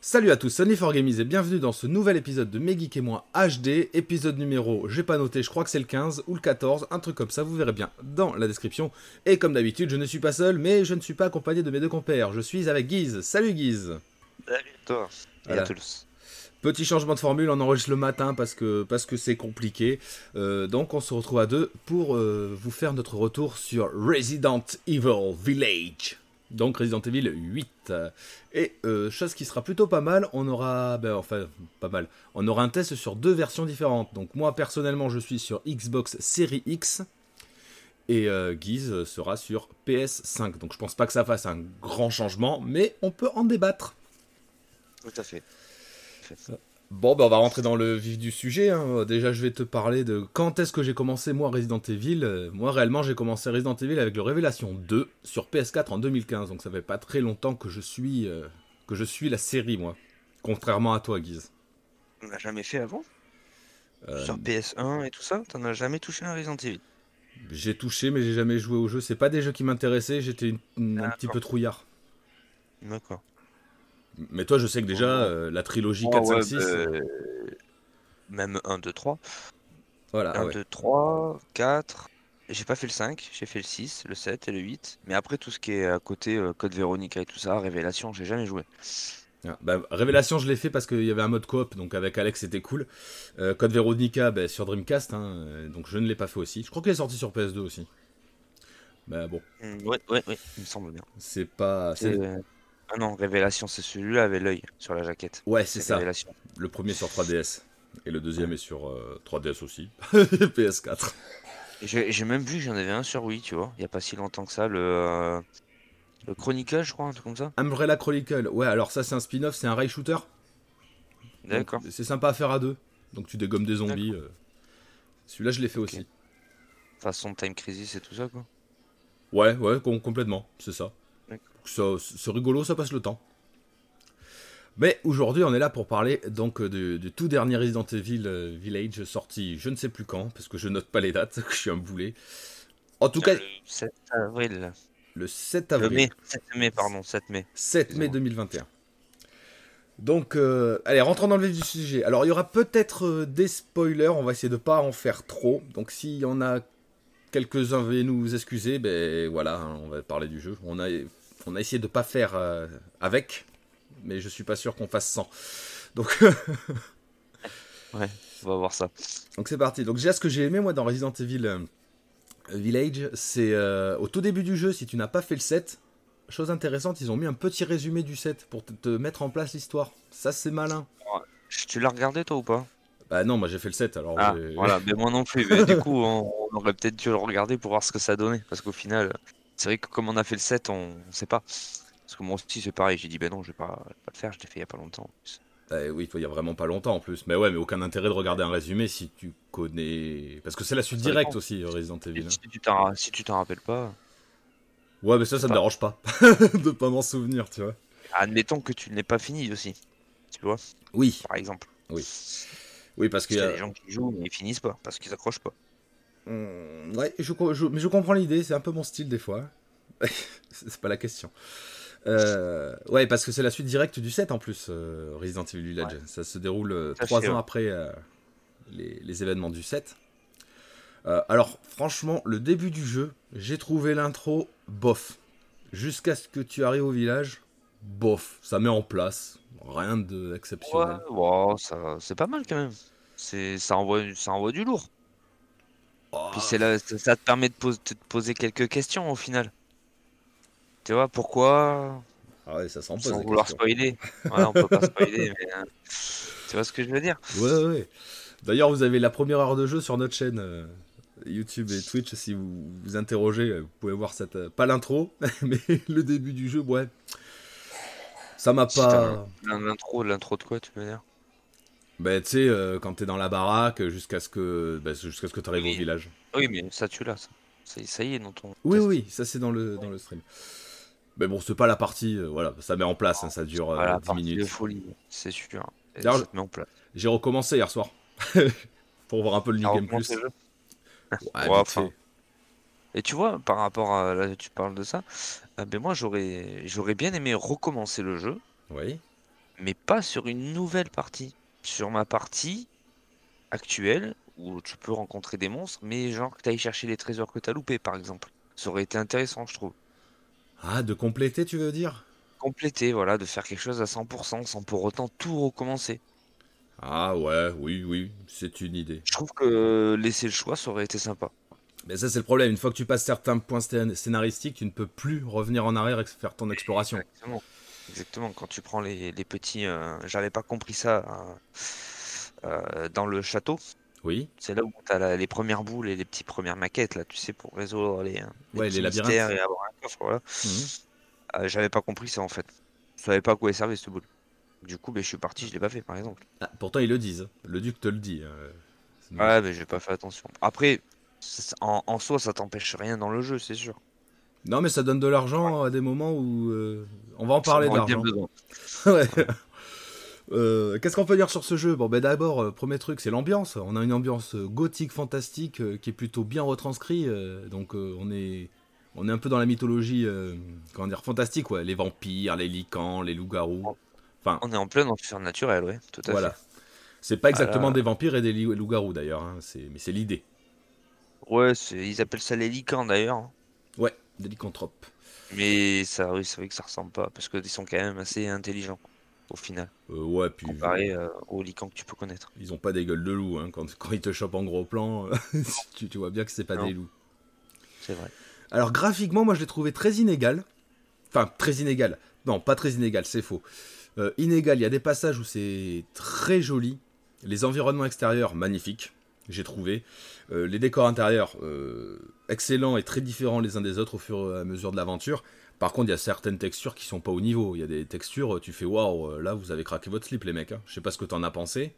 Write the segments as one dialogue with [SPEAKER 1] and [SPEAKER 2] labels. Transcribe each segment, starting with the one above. [SPEAKER 1] Salut à tous, c'est Niforgamies et bienvenue dans ce nouvel épisode de Megeek et moi HD, épisode numéro, j'ai pas noté, je crois que c'est le 15 ou le 14, un truc comme ça, vous verrez bien dans la description. Et comme d'habitude, je ne suis pas seul, mais je ne suis pas accompagné de mes deux compères, je suis avec Guise. Salut Guise
[SPEAKER 2] Salut toi et
[SPEAKER 1] Voilà.
[SPEAKER 2] à tous.
[SPEAKER 1] Petit changement de formule, on enregistre le matin parce que parce que c'est compliqué. Euh, donc on se retrouve à deux pour euh, vous faire notre retour sur Resident Evil Village. Donc Resident Evil 8. Euh, Et euh, chose qui sera plutôt pas mal, on aura ben, enfin pas mal. On aura un test sur deux versions différentes. Donc moi personnellement je suis sur Xbox Series X et euh, Guise sera sur PS5. Donc je pense pas que ça fasse un grand changement, mais on peut en débattre.
[SPEAKER 2] Tout à fait.
[SPEAKER 1] Bon, bah on va rentrer dans le vif du sujet. hein. Déjà, je vais te parler de quand est-ce que j'ai commencé, moi, Resident Evil. Euh, Moi, réellement, j'ai commencé Resident Evil avec le Révélation 2 sur PS4 en 2015. Donc, ça fait pas très longtemps que je suis, euh, que je suis la série, moi. Contrairement à toi, Guise.
[SPEAKER 2] On l'a jamais fait avant
[SPEAKER 1] Euh,
[SPEAKER 2] Sur PS1 et tout ça T'en as jamais touché un Resident Evil
[SPEAKER 1] j'ai touché, mais j'ai jamais joué au jeu. C'est pas des jeux qui m'intéressaient. J'étais une- une- un
[SPEAKER 2] D'accord.
[SPEAKER 1] petit peu trouillard.
[SPEAKER 2] D'accord.
[SPEAKER 1] Mais toi, je sais que déjà, euh, la trilogie
[SPEAKER 2] Oh,
[SPEAKER 1] 4, 5,
[SPEAKER 2] ouais,
[SPEAKER 1] 6.
[SPEAKER 2] bah,
[SPEAKER 1] euh,
[SPEAKER 2] Même 1, 2, 3.
[SPEAKER 1] voilà,
[SPEAKER 2] 1,
[SPEAKER 1] Ah ouais.
[SPEAKER 2] 2, 3, 4. J'ai pas fait le 5, j'ai fait le 6, le 7 et le 8. Mais après, tout ce qui est à côté, euh, Code Véronica et tout ça, Révélation, j'ai jamais joué.
[SPEAKER 1] Ah, bah, Révélation, je l'ai fait parce qu'il y avait un mode coop, donc avec Alex c'était cool. Euh, Code Veronica bah, sur Dreamcast, hein, euh, donc je ne l'ai pas fait aussi. Je crois qu'il est sorti sur PS2 aussi. Bah bon,
[SPEAKER 2] Mm, Ouais, ouais, ouais, il me semble bien.
[SPEAKER 1] c'est pas. c'est-
[SPEAKER 2] Euh, Ah non, Révélation, c'est celui-là avec l'œil sur la jaquette.
[SPEAKER 1] Ouais, c'est ça.
[SPEAKER 2] Révélation.
[SPEAKER 1] Le premier sur 3DS. Et le deuxième est sur euh, 3DS aussi. PS4.
[SPEAKER 2] Et J'ai j'ai même vu que j'en avais un sur Wii, tu vois, il y a pas si longtemps que ça, le, euh, le Chronicle, je crois, un truc comme ça.
[SPEAKER 1] Umbrella Chronicle. Ouais, alors ça c'est un spin-off, c'est un rail shooter. Donc,
[SPEAKER 2] D'accord.
[SPEAKER 1] C'est sympa à faire à deux. Donc tu dégommes des zombies. euh. Celui-là, je l'ai fait aussi.
[SPEAKER 2] Façon Time Crisis et tout ça, quoi.
[SPEAKER 1] Ouais, ouais, com- complètement, c'est ça.
[SPEAKER 2] D'accord.
[SPEAKER 1] Ça- C'est rigolo, ça passe le temps. Mais aujourd'hui, on est là pour parler donc euh, du, du tout dernier Resident Evil euh, Village sorti, je ne sais plus quand, parce que je note pas les dates, que je suis un boulet. En tout cas, Ah,
[SPEAKER 2] Le 7 avril.
[SPEAKER 1] le 7
[SPEAKER 2] Le
[SPEAKER 1] avril.
[SPEAKER 2] mai, 7 mai, pardon, 7 mai.
[SPEAKER 1] 7 mai
[SPEAKER 2] Excusez-moi.
[SPEAKER 1] 2021. Donc, euh, allez, rentrons dans le vif du sujet. Alors, il y aura peut-être euh, des spoilers, on va essayer de pas en faire trop. Donc, s'il y en a quelques-uns, veuillez nous excuser, ben voilà, hein, on va parler du jeu. On a, on a essayé de pas faire euh, avec, mais je suis pas sûr qu'on fasse sans. Donc,
[SPEAKER 2] On va voir ça.
[SPEAKER 1] Donc c'est parti. Donc déjà ce que j'ai aimé moi dans Resident Evil euh, Village, c'est euh, au tout début du jeu, si tu n'as pas fait le 7, chose intéressante, ils ont mis un petit résumé du 7 pour te, te mettre en place l'histoire. Ça c'est malin.
[SPEAKER 2] Ch- Tu l'as regardé, toi, ou pas
[SPEAKER 1] Bah non, moi j'ai fait le 7 alors.
[SPEAKER 2] Ah,
[SPEAKER 1] j'ai-
[SPEAKER 2] voilà, mais moi non plus. Mais du coup, on, on aurait peut-être dû le regarder pour voir ce que ça donnait. Parce qu'au final, c'est vrai que comme on a fait le 7, on, on sait pas. Parce que moi aussi, c'est pareil. J'ai dit, ben non, je vais pas, je vais pas le faire. Je l'ai fait il y a pas longtemps. en plus.
[SPEAKER 1] Bah oui, toi, il y a vraiment pas longtemps en plus. Mais ouais, mais aucun intérêt de regarder un résumé si tu connais. Parce que c'est la suite
[SPEAKER 2] Ça
[SPEAKER 1] directe
[SPEAKER 2] dépend.
[SPEAKER 1] aussi euh, Resident Evil.
[SPEAKER 2] Et
[SPEAKER 1] hein.
[SPEAKER 2] Si tu t'en ra- si tu t'en rappelles pas,
[SPEAKER 1] Ouais, mais ça, ça me
[SPEAKER 2] Pas.
[SPEAKER 1] dérange pas de pas m'en souvenir, tu vois.
[SPEAKER 2] admettons que tu ne l'aies pas fini aussi. Tu vois,
[SPEAKER 1] Oui,
[SPEAKER 2] par exemple.
[SPEAKER 1] oui, parce
[SPEAKER 2] Parce qu'il y a
[SPEAKER 1] que.
[SPEAKER 2] des gens qui jouent, mais ils finissent pas. Parce qu'ils accrochent pas.
[SPEAKER 1] Hmm, Ouais, je, co- je- mais je comprends l'idée, c'est un peu mon style des fois. c'est c'est pas la question. Euh, ouais, parce que c'est la suite directe du 7 en plus, euh, Resident Evil Village. Ça se déroule euh,
[SPEAKER 2] Tout à
[SPEAKER 1] trois
[SPEAKER 2] fait,
[SPEAKER 1] ans
[SPEAKER 2] ouais.
[SPEAKER 1] après euh, les, les événements du 7. Euh, alors, franchement, le début du jeu, j'ai trouvé l'intro bof. Jusqu'à ce que tu arrives au village, bof. Ça met en place, rien d'exceptionnel.
[SPEAKER 2] Ouais, wow, ça, c'est pas mal quand même. C'est, ça envoie, ça envoie du lourd.
[SPEAKER 1] Oh,
[SPEAKER 2] Puis c'est là, ça, ça te permet de, pose- de te poser quelques questions au final. Tu vois pourquoi
[SPEAKER 1] ah ouais, ça s'en pose.
[SPEAKER 2] Sans
[SPEAKER 1] la
[SPEAKER 2] vouloir
[SPEAKER 1] question.
[SPEAKER 2] spoiler. Ouais, on peut pas spoiler, mais euh, tu vois ce que je veux dire
[SPEAKER 1] Ouais, ouais, ouais. D'ailleurs, vous avez la première heure de jeu sur notre chaîne euh, YouTube et Twitch. Si vous vous interrogez, euh, vous pouvez voir cette. euh, pas l'intro, mais le début du jeu, ouais. Ça m'a pas.
[SPEAKER 2] Putain. L'intro, l'intro de quoi, tu veux dire
[SPEAKER 1] Bah, tu sais, euh, quand t'es dans la baraque, jusqu'à ce que bah, jusqu'à ce que t'arrives
[SPEAKER 2] Oui.
[SPEAKER 1] au village.
[SPEAKER 2] Oui, mais ça tu l'as. Ça. Ça, y- ça y est, dans ton.
[SPEAKER 1] Oui,
[SPEAKER 2] test.
[SPEAKER 1] oui, ça c'est dans le, dans le stream. Mais bon, c'est pas la partie. euh, voilà, ça met en place, hein, ça dure euh,
[SPEAKER 2] Voilà,
[SPEAKER 1] 10
[SPEAKER 2] partie de
[SPEAKER 1] minutes.
[SPEAKER 2] folie, c'est sûr. Et
[SPEAKER 1] D'ailleurs,
[SPEAKER 2] ça te met en place.
[SPEAKER 1] J'ai recommencé hier soir. pour voir un peu le
[SPEAKER 2] Ça
[SPEAKER 1] New Game
[SPEAKER 2] augmente
[SPEAKER 1] Plus.
[SPEAKER 2] le jeu.
[SPEAKER 1] Ouais,
[SPEAKER 2] Ouais,
[SPEAKER 1] vite
[SPEAKER 2] enfin.
[SPEAKER 1] fait.
[SPEAKER 2] Et tu vois, par rapport à là, tu parles de ça, euh, ben moi j'aurais j'aurais bien aimé recommencer le jeu,
[SPEAKER 1] Oui.
[SPEAKER 2] mais pas sur une nouvelle partie, sur ma partie actuelle où tu peux rencontrer des monstres, mais genre que t'ailles chercher les trésors que t'as loupés par exemple. Ça aurait été intéressant, je trouve.
[SPEAKER 1] Ah, de compléter, tu veux dire
[SPEAKER 2] Compléter, voilà, de faire quelque chose à 100% sans pour autant tout recommencer.
[SPEAKER 1] Ah ouais, oui, oui, c'est une idée.
[SPEAKER 2] Je trouve que laisser le choix, ça aurait été sympa.
[SPEAKER 1] Mais ça, c'est le problème. Une fois que tu passes certains points scén- scénaristiques, tu ne peux plus revenir en arrière et faire ton exploration.
[SPEAKER 2] Exactement. Exactement, quand tu prends les, les petits. euh, J'avais pas compris ça hein, euh, dans le château.
[SPEAKER 1] Oui.
[SPEAKER 2] C'est là où t'as la- les premières boules et les petites premières maquettes, là, tu sais, pour résoudre les, euh, les
[SPEAKER 1] Ouais, les
[SPEAKER 2] petits
[SPEAKER 1] labyrinthes.
[SPEAKER 2] mystères et avoir un coffre. Voilà.
[SPEAKER 1] Mhm.
[SPEAKER 2] Euh, J'avais pas compris ça en fait. Je savais pas à quoi elle servait cette boule. Du coup, ben, je suis parti, je l'ai pas fait par exemple.
[SPEAKER 1] Ah, pourtant, ils le disent. Le duc te le dit. euh, c'est normal.
[SPEAKER 2] Ouais, mais j'ai pas fait attention. Après, c'est- en, en soi, ça t'empêche rien dans le jeu, c'est sûr.
[SPEAKER 1] Non, mais ça donne de l'argent à des moments où. euh, On va en parler de
[SPEAKER 2] J'en aurais bien
[SPEAKER 1] l'argent.
[SPEAKER 2] besoin.
[SPEAKER 1] Ouais. Euh, Qu'est-ce qu'on peut dire sur ce jeu Bon, ben d'abord, euh, premier truc, c'est l'ambiance. On a une ambiance euh, gothique fantastique euh, qui est plutôt bien retranscrite. euh, donc, euh, on est. On est un peu dans la mythologie, euh, comment dire, fantastique, ouais. Les vampires, les lycans, les loups-garous. Enfin,
[SPEAKER 2] On est en plein dans le surnaturel, ouais, tout à
[SPEAKER 1] voilà.
[SPEAKER 2] fait.
[SPEAKER 1] C'est pas exactement
[SPEAKER 2] Ah là.
[SPEAKER 1] des vampires et des li- loups-garous d'ailleurs, hein, c'est- mais c'est l'idée.
[SPEAKER 2] Ouais, c'est- ils appellent ça les licans d'ailleurs. hein.
[SPEAKER 1] Ouais, des lycanthropes.
[SPEAKER 2] Mais ça, oui, c'est vrai que ça ressemble pas, parce qu'ils sont quand même assez intelligents, au final,
[SPEAKER 1] Euh, ouais, puis
[SPEAKER 2] comparé euh, aux licans que tu peux connaître.
[SPEAKER 1] Ils ont pas des gueules de loups, hein. quand, quand ils te chopent en gros plan, tu, tu vois bien que c'est pas
[SPEAKER 2] Non.
[SPEAKER 1] des loups.
[SPEAKER 2] C'est vrai.
[SPEAKER 1] Alors graphiquement, moi je l'ai trouvé très inégal. Enfin, très inégal. Non, pas très inégal, c'est faux. Euh, inégal, il y a des passages où c'est très joli. Les environnements extérieurs, magnifiques, j'ai trouvé. Euh, les décors intérieurs, euh, excellents et très différents les uns des autres au fur et à mesure de l'aventure. Par contre, il y a certaines textures qui sont pas au niveau. Il y a des textures, tu fais waouh, là vous avez craqué votre slip, les mecs. hein. Je sais pas ce que t'en as pensé.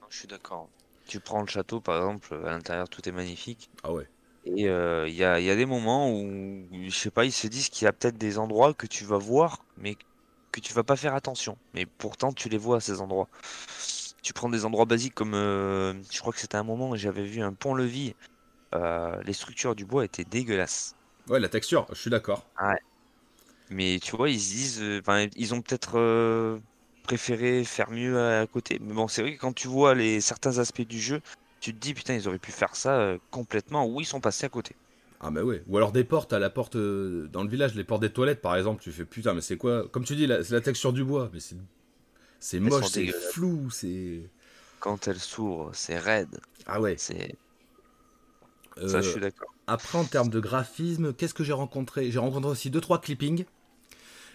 [SPEAKER 2] Non, Je suis d'accord. Tu prends le château, par exemple, à l'intérieur, tout est magnifique.
[SPEAKER 1] Ah ouais.
[SPEAKER 2] Et euh, il y a, il y a des moments où, je sais pas, ils se disent qu'il y a peut-être des endroits que tu vas voir, mais que tu vas pas faire attention. Mais pourtant, tu les vois, ces endroits. Tu prends des endroits basiques comme, euh, je crois que c'était un moment où j'avais vu un pont-levis. euh, les structures du bois étaient dégueulasses.
[SPEAKER 1] Ouais, la texture, je suis d'accord.
[SPEAKER 2] Mais tu vois, ils se disent, euh, 'fin, ils ont peut-être euh, préféré faire mieux à, à côté. Mais bon, c'est vrai que quand tu vois les certains aspects du jeu, tu te dis, putain, ils auraient pu faire ça euh, complètement, ou ils sont passés à côté.
[SPEAKER 1] Ah bah ouais. Ou alors des portes à la porte euh, dans le village, les portes des toilettes par exemple, tu fais putain mais c'est quoi Comme tu dis, la- c'est la texture du bois, mais c'est c'est moche,
[SPEAKER 2] sont
[SPEAKER 1] c'est
[SPEAKER 2] dégueulasses.
[SPEAKER 1] flou, c'est
[SPEAKER 2] Quand elles s'ouvrent, c'est raide.
[SPEAKER 1] ah ouais.
[SPEAKER 2] C'est
[SPEAKER 1] Euh,
[SPEAKER 2] ça, je suis d'accord.
[SPEAKER 1] après en termes de graphisme, qu'est-ce que j'ai rencontré J'ai rencontré aussi deux trois clippings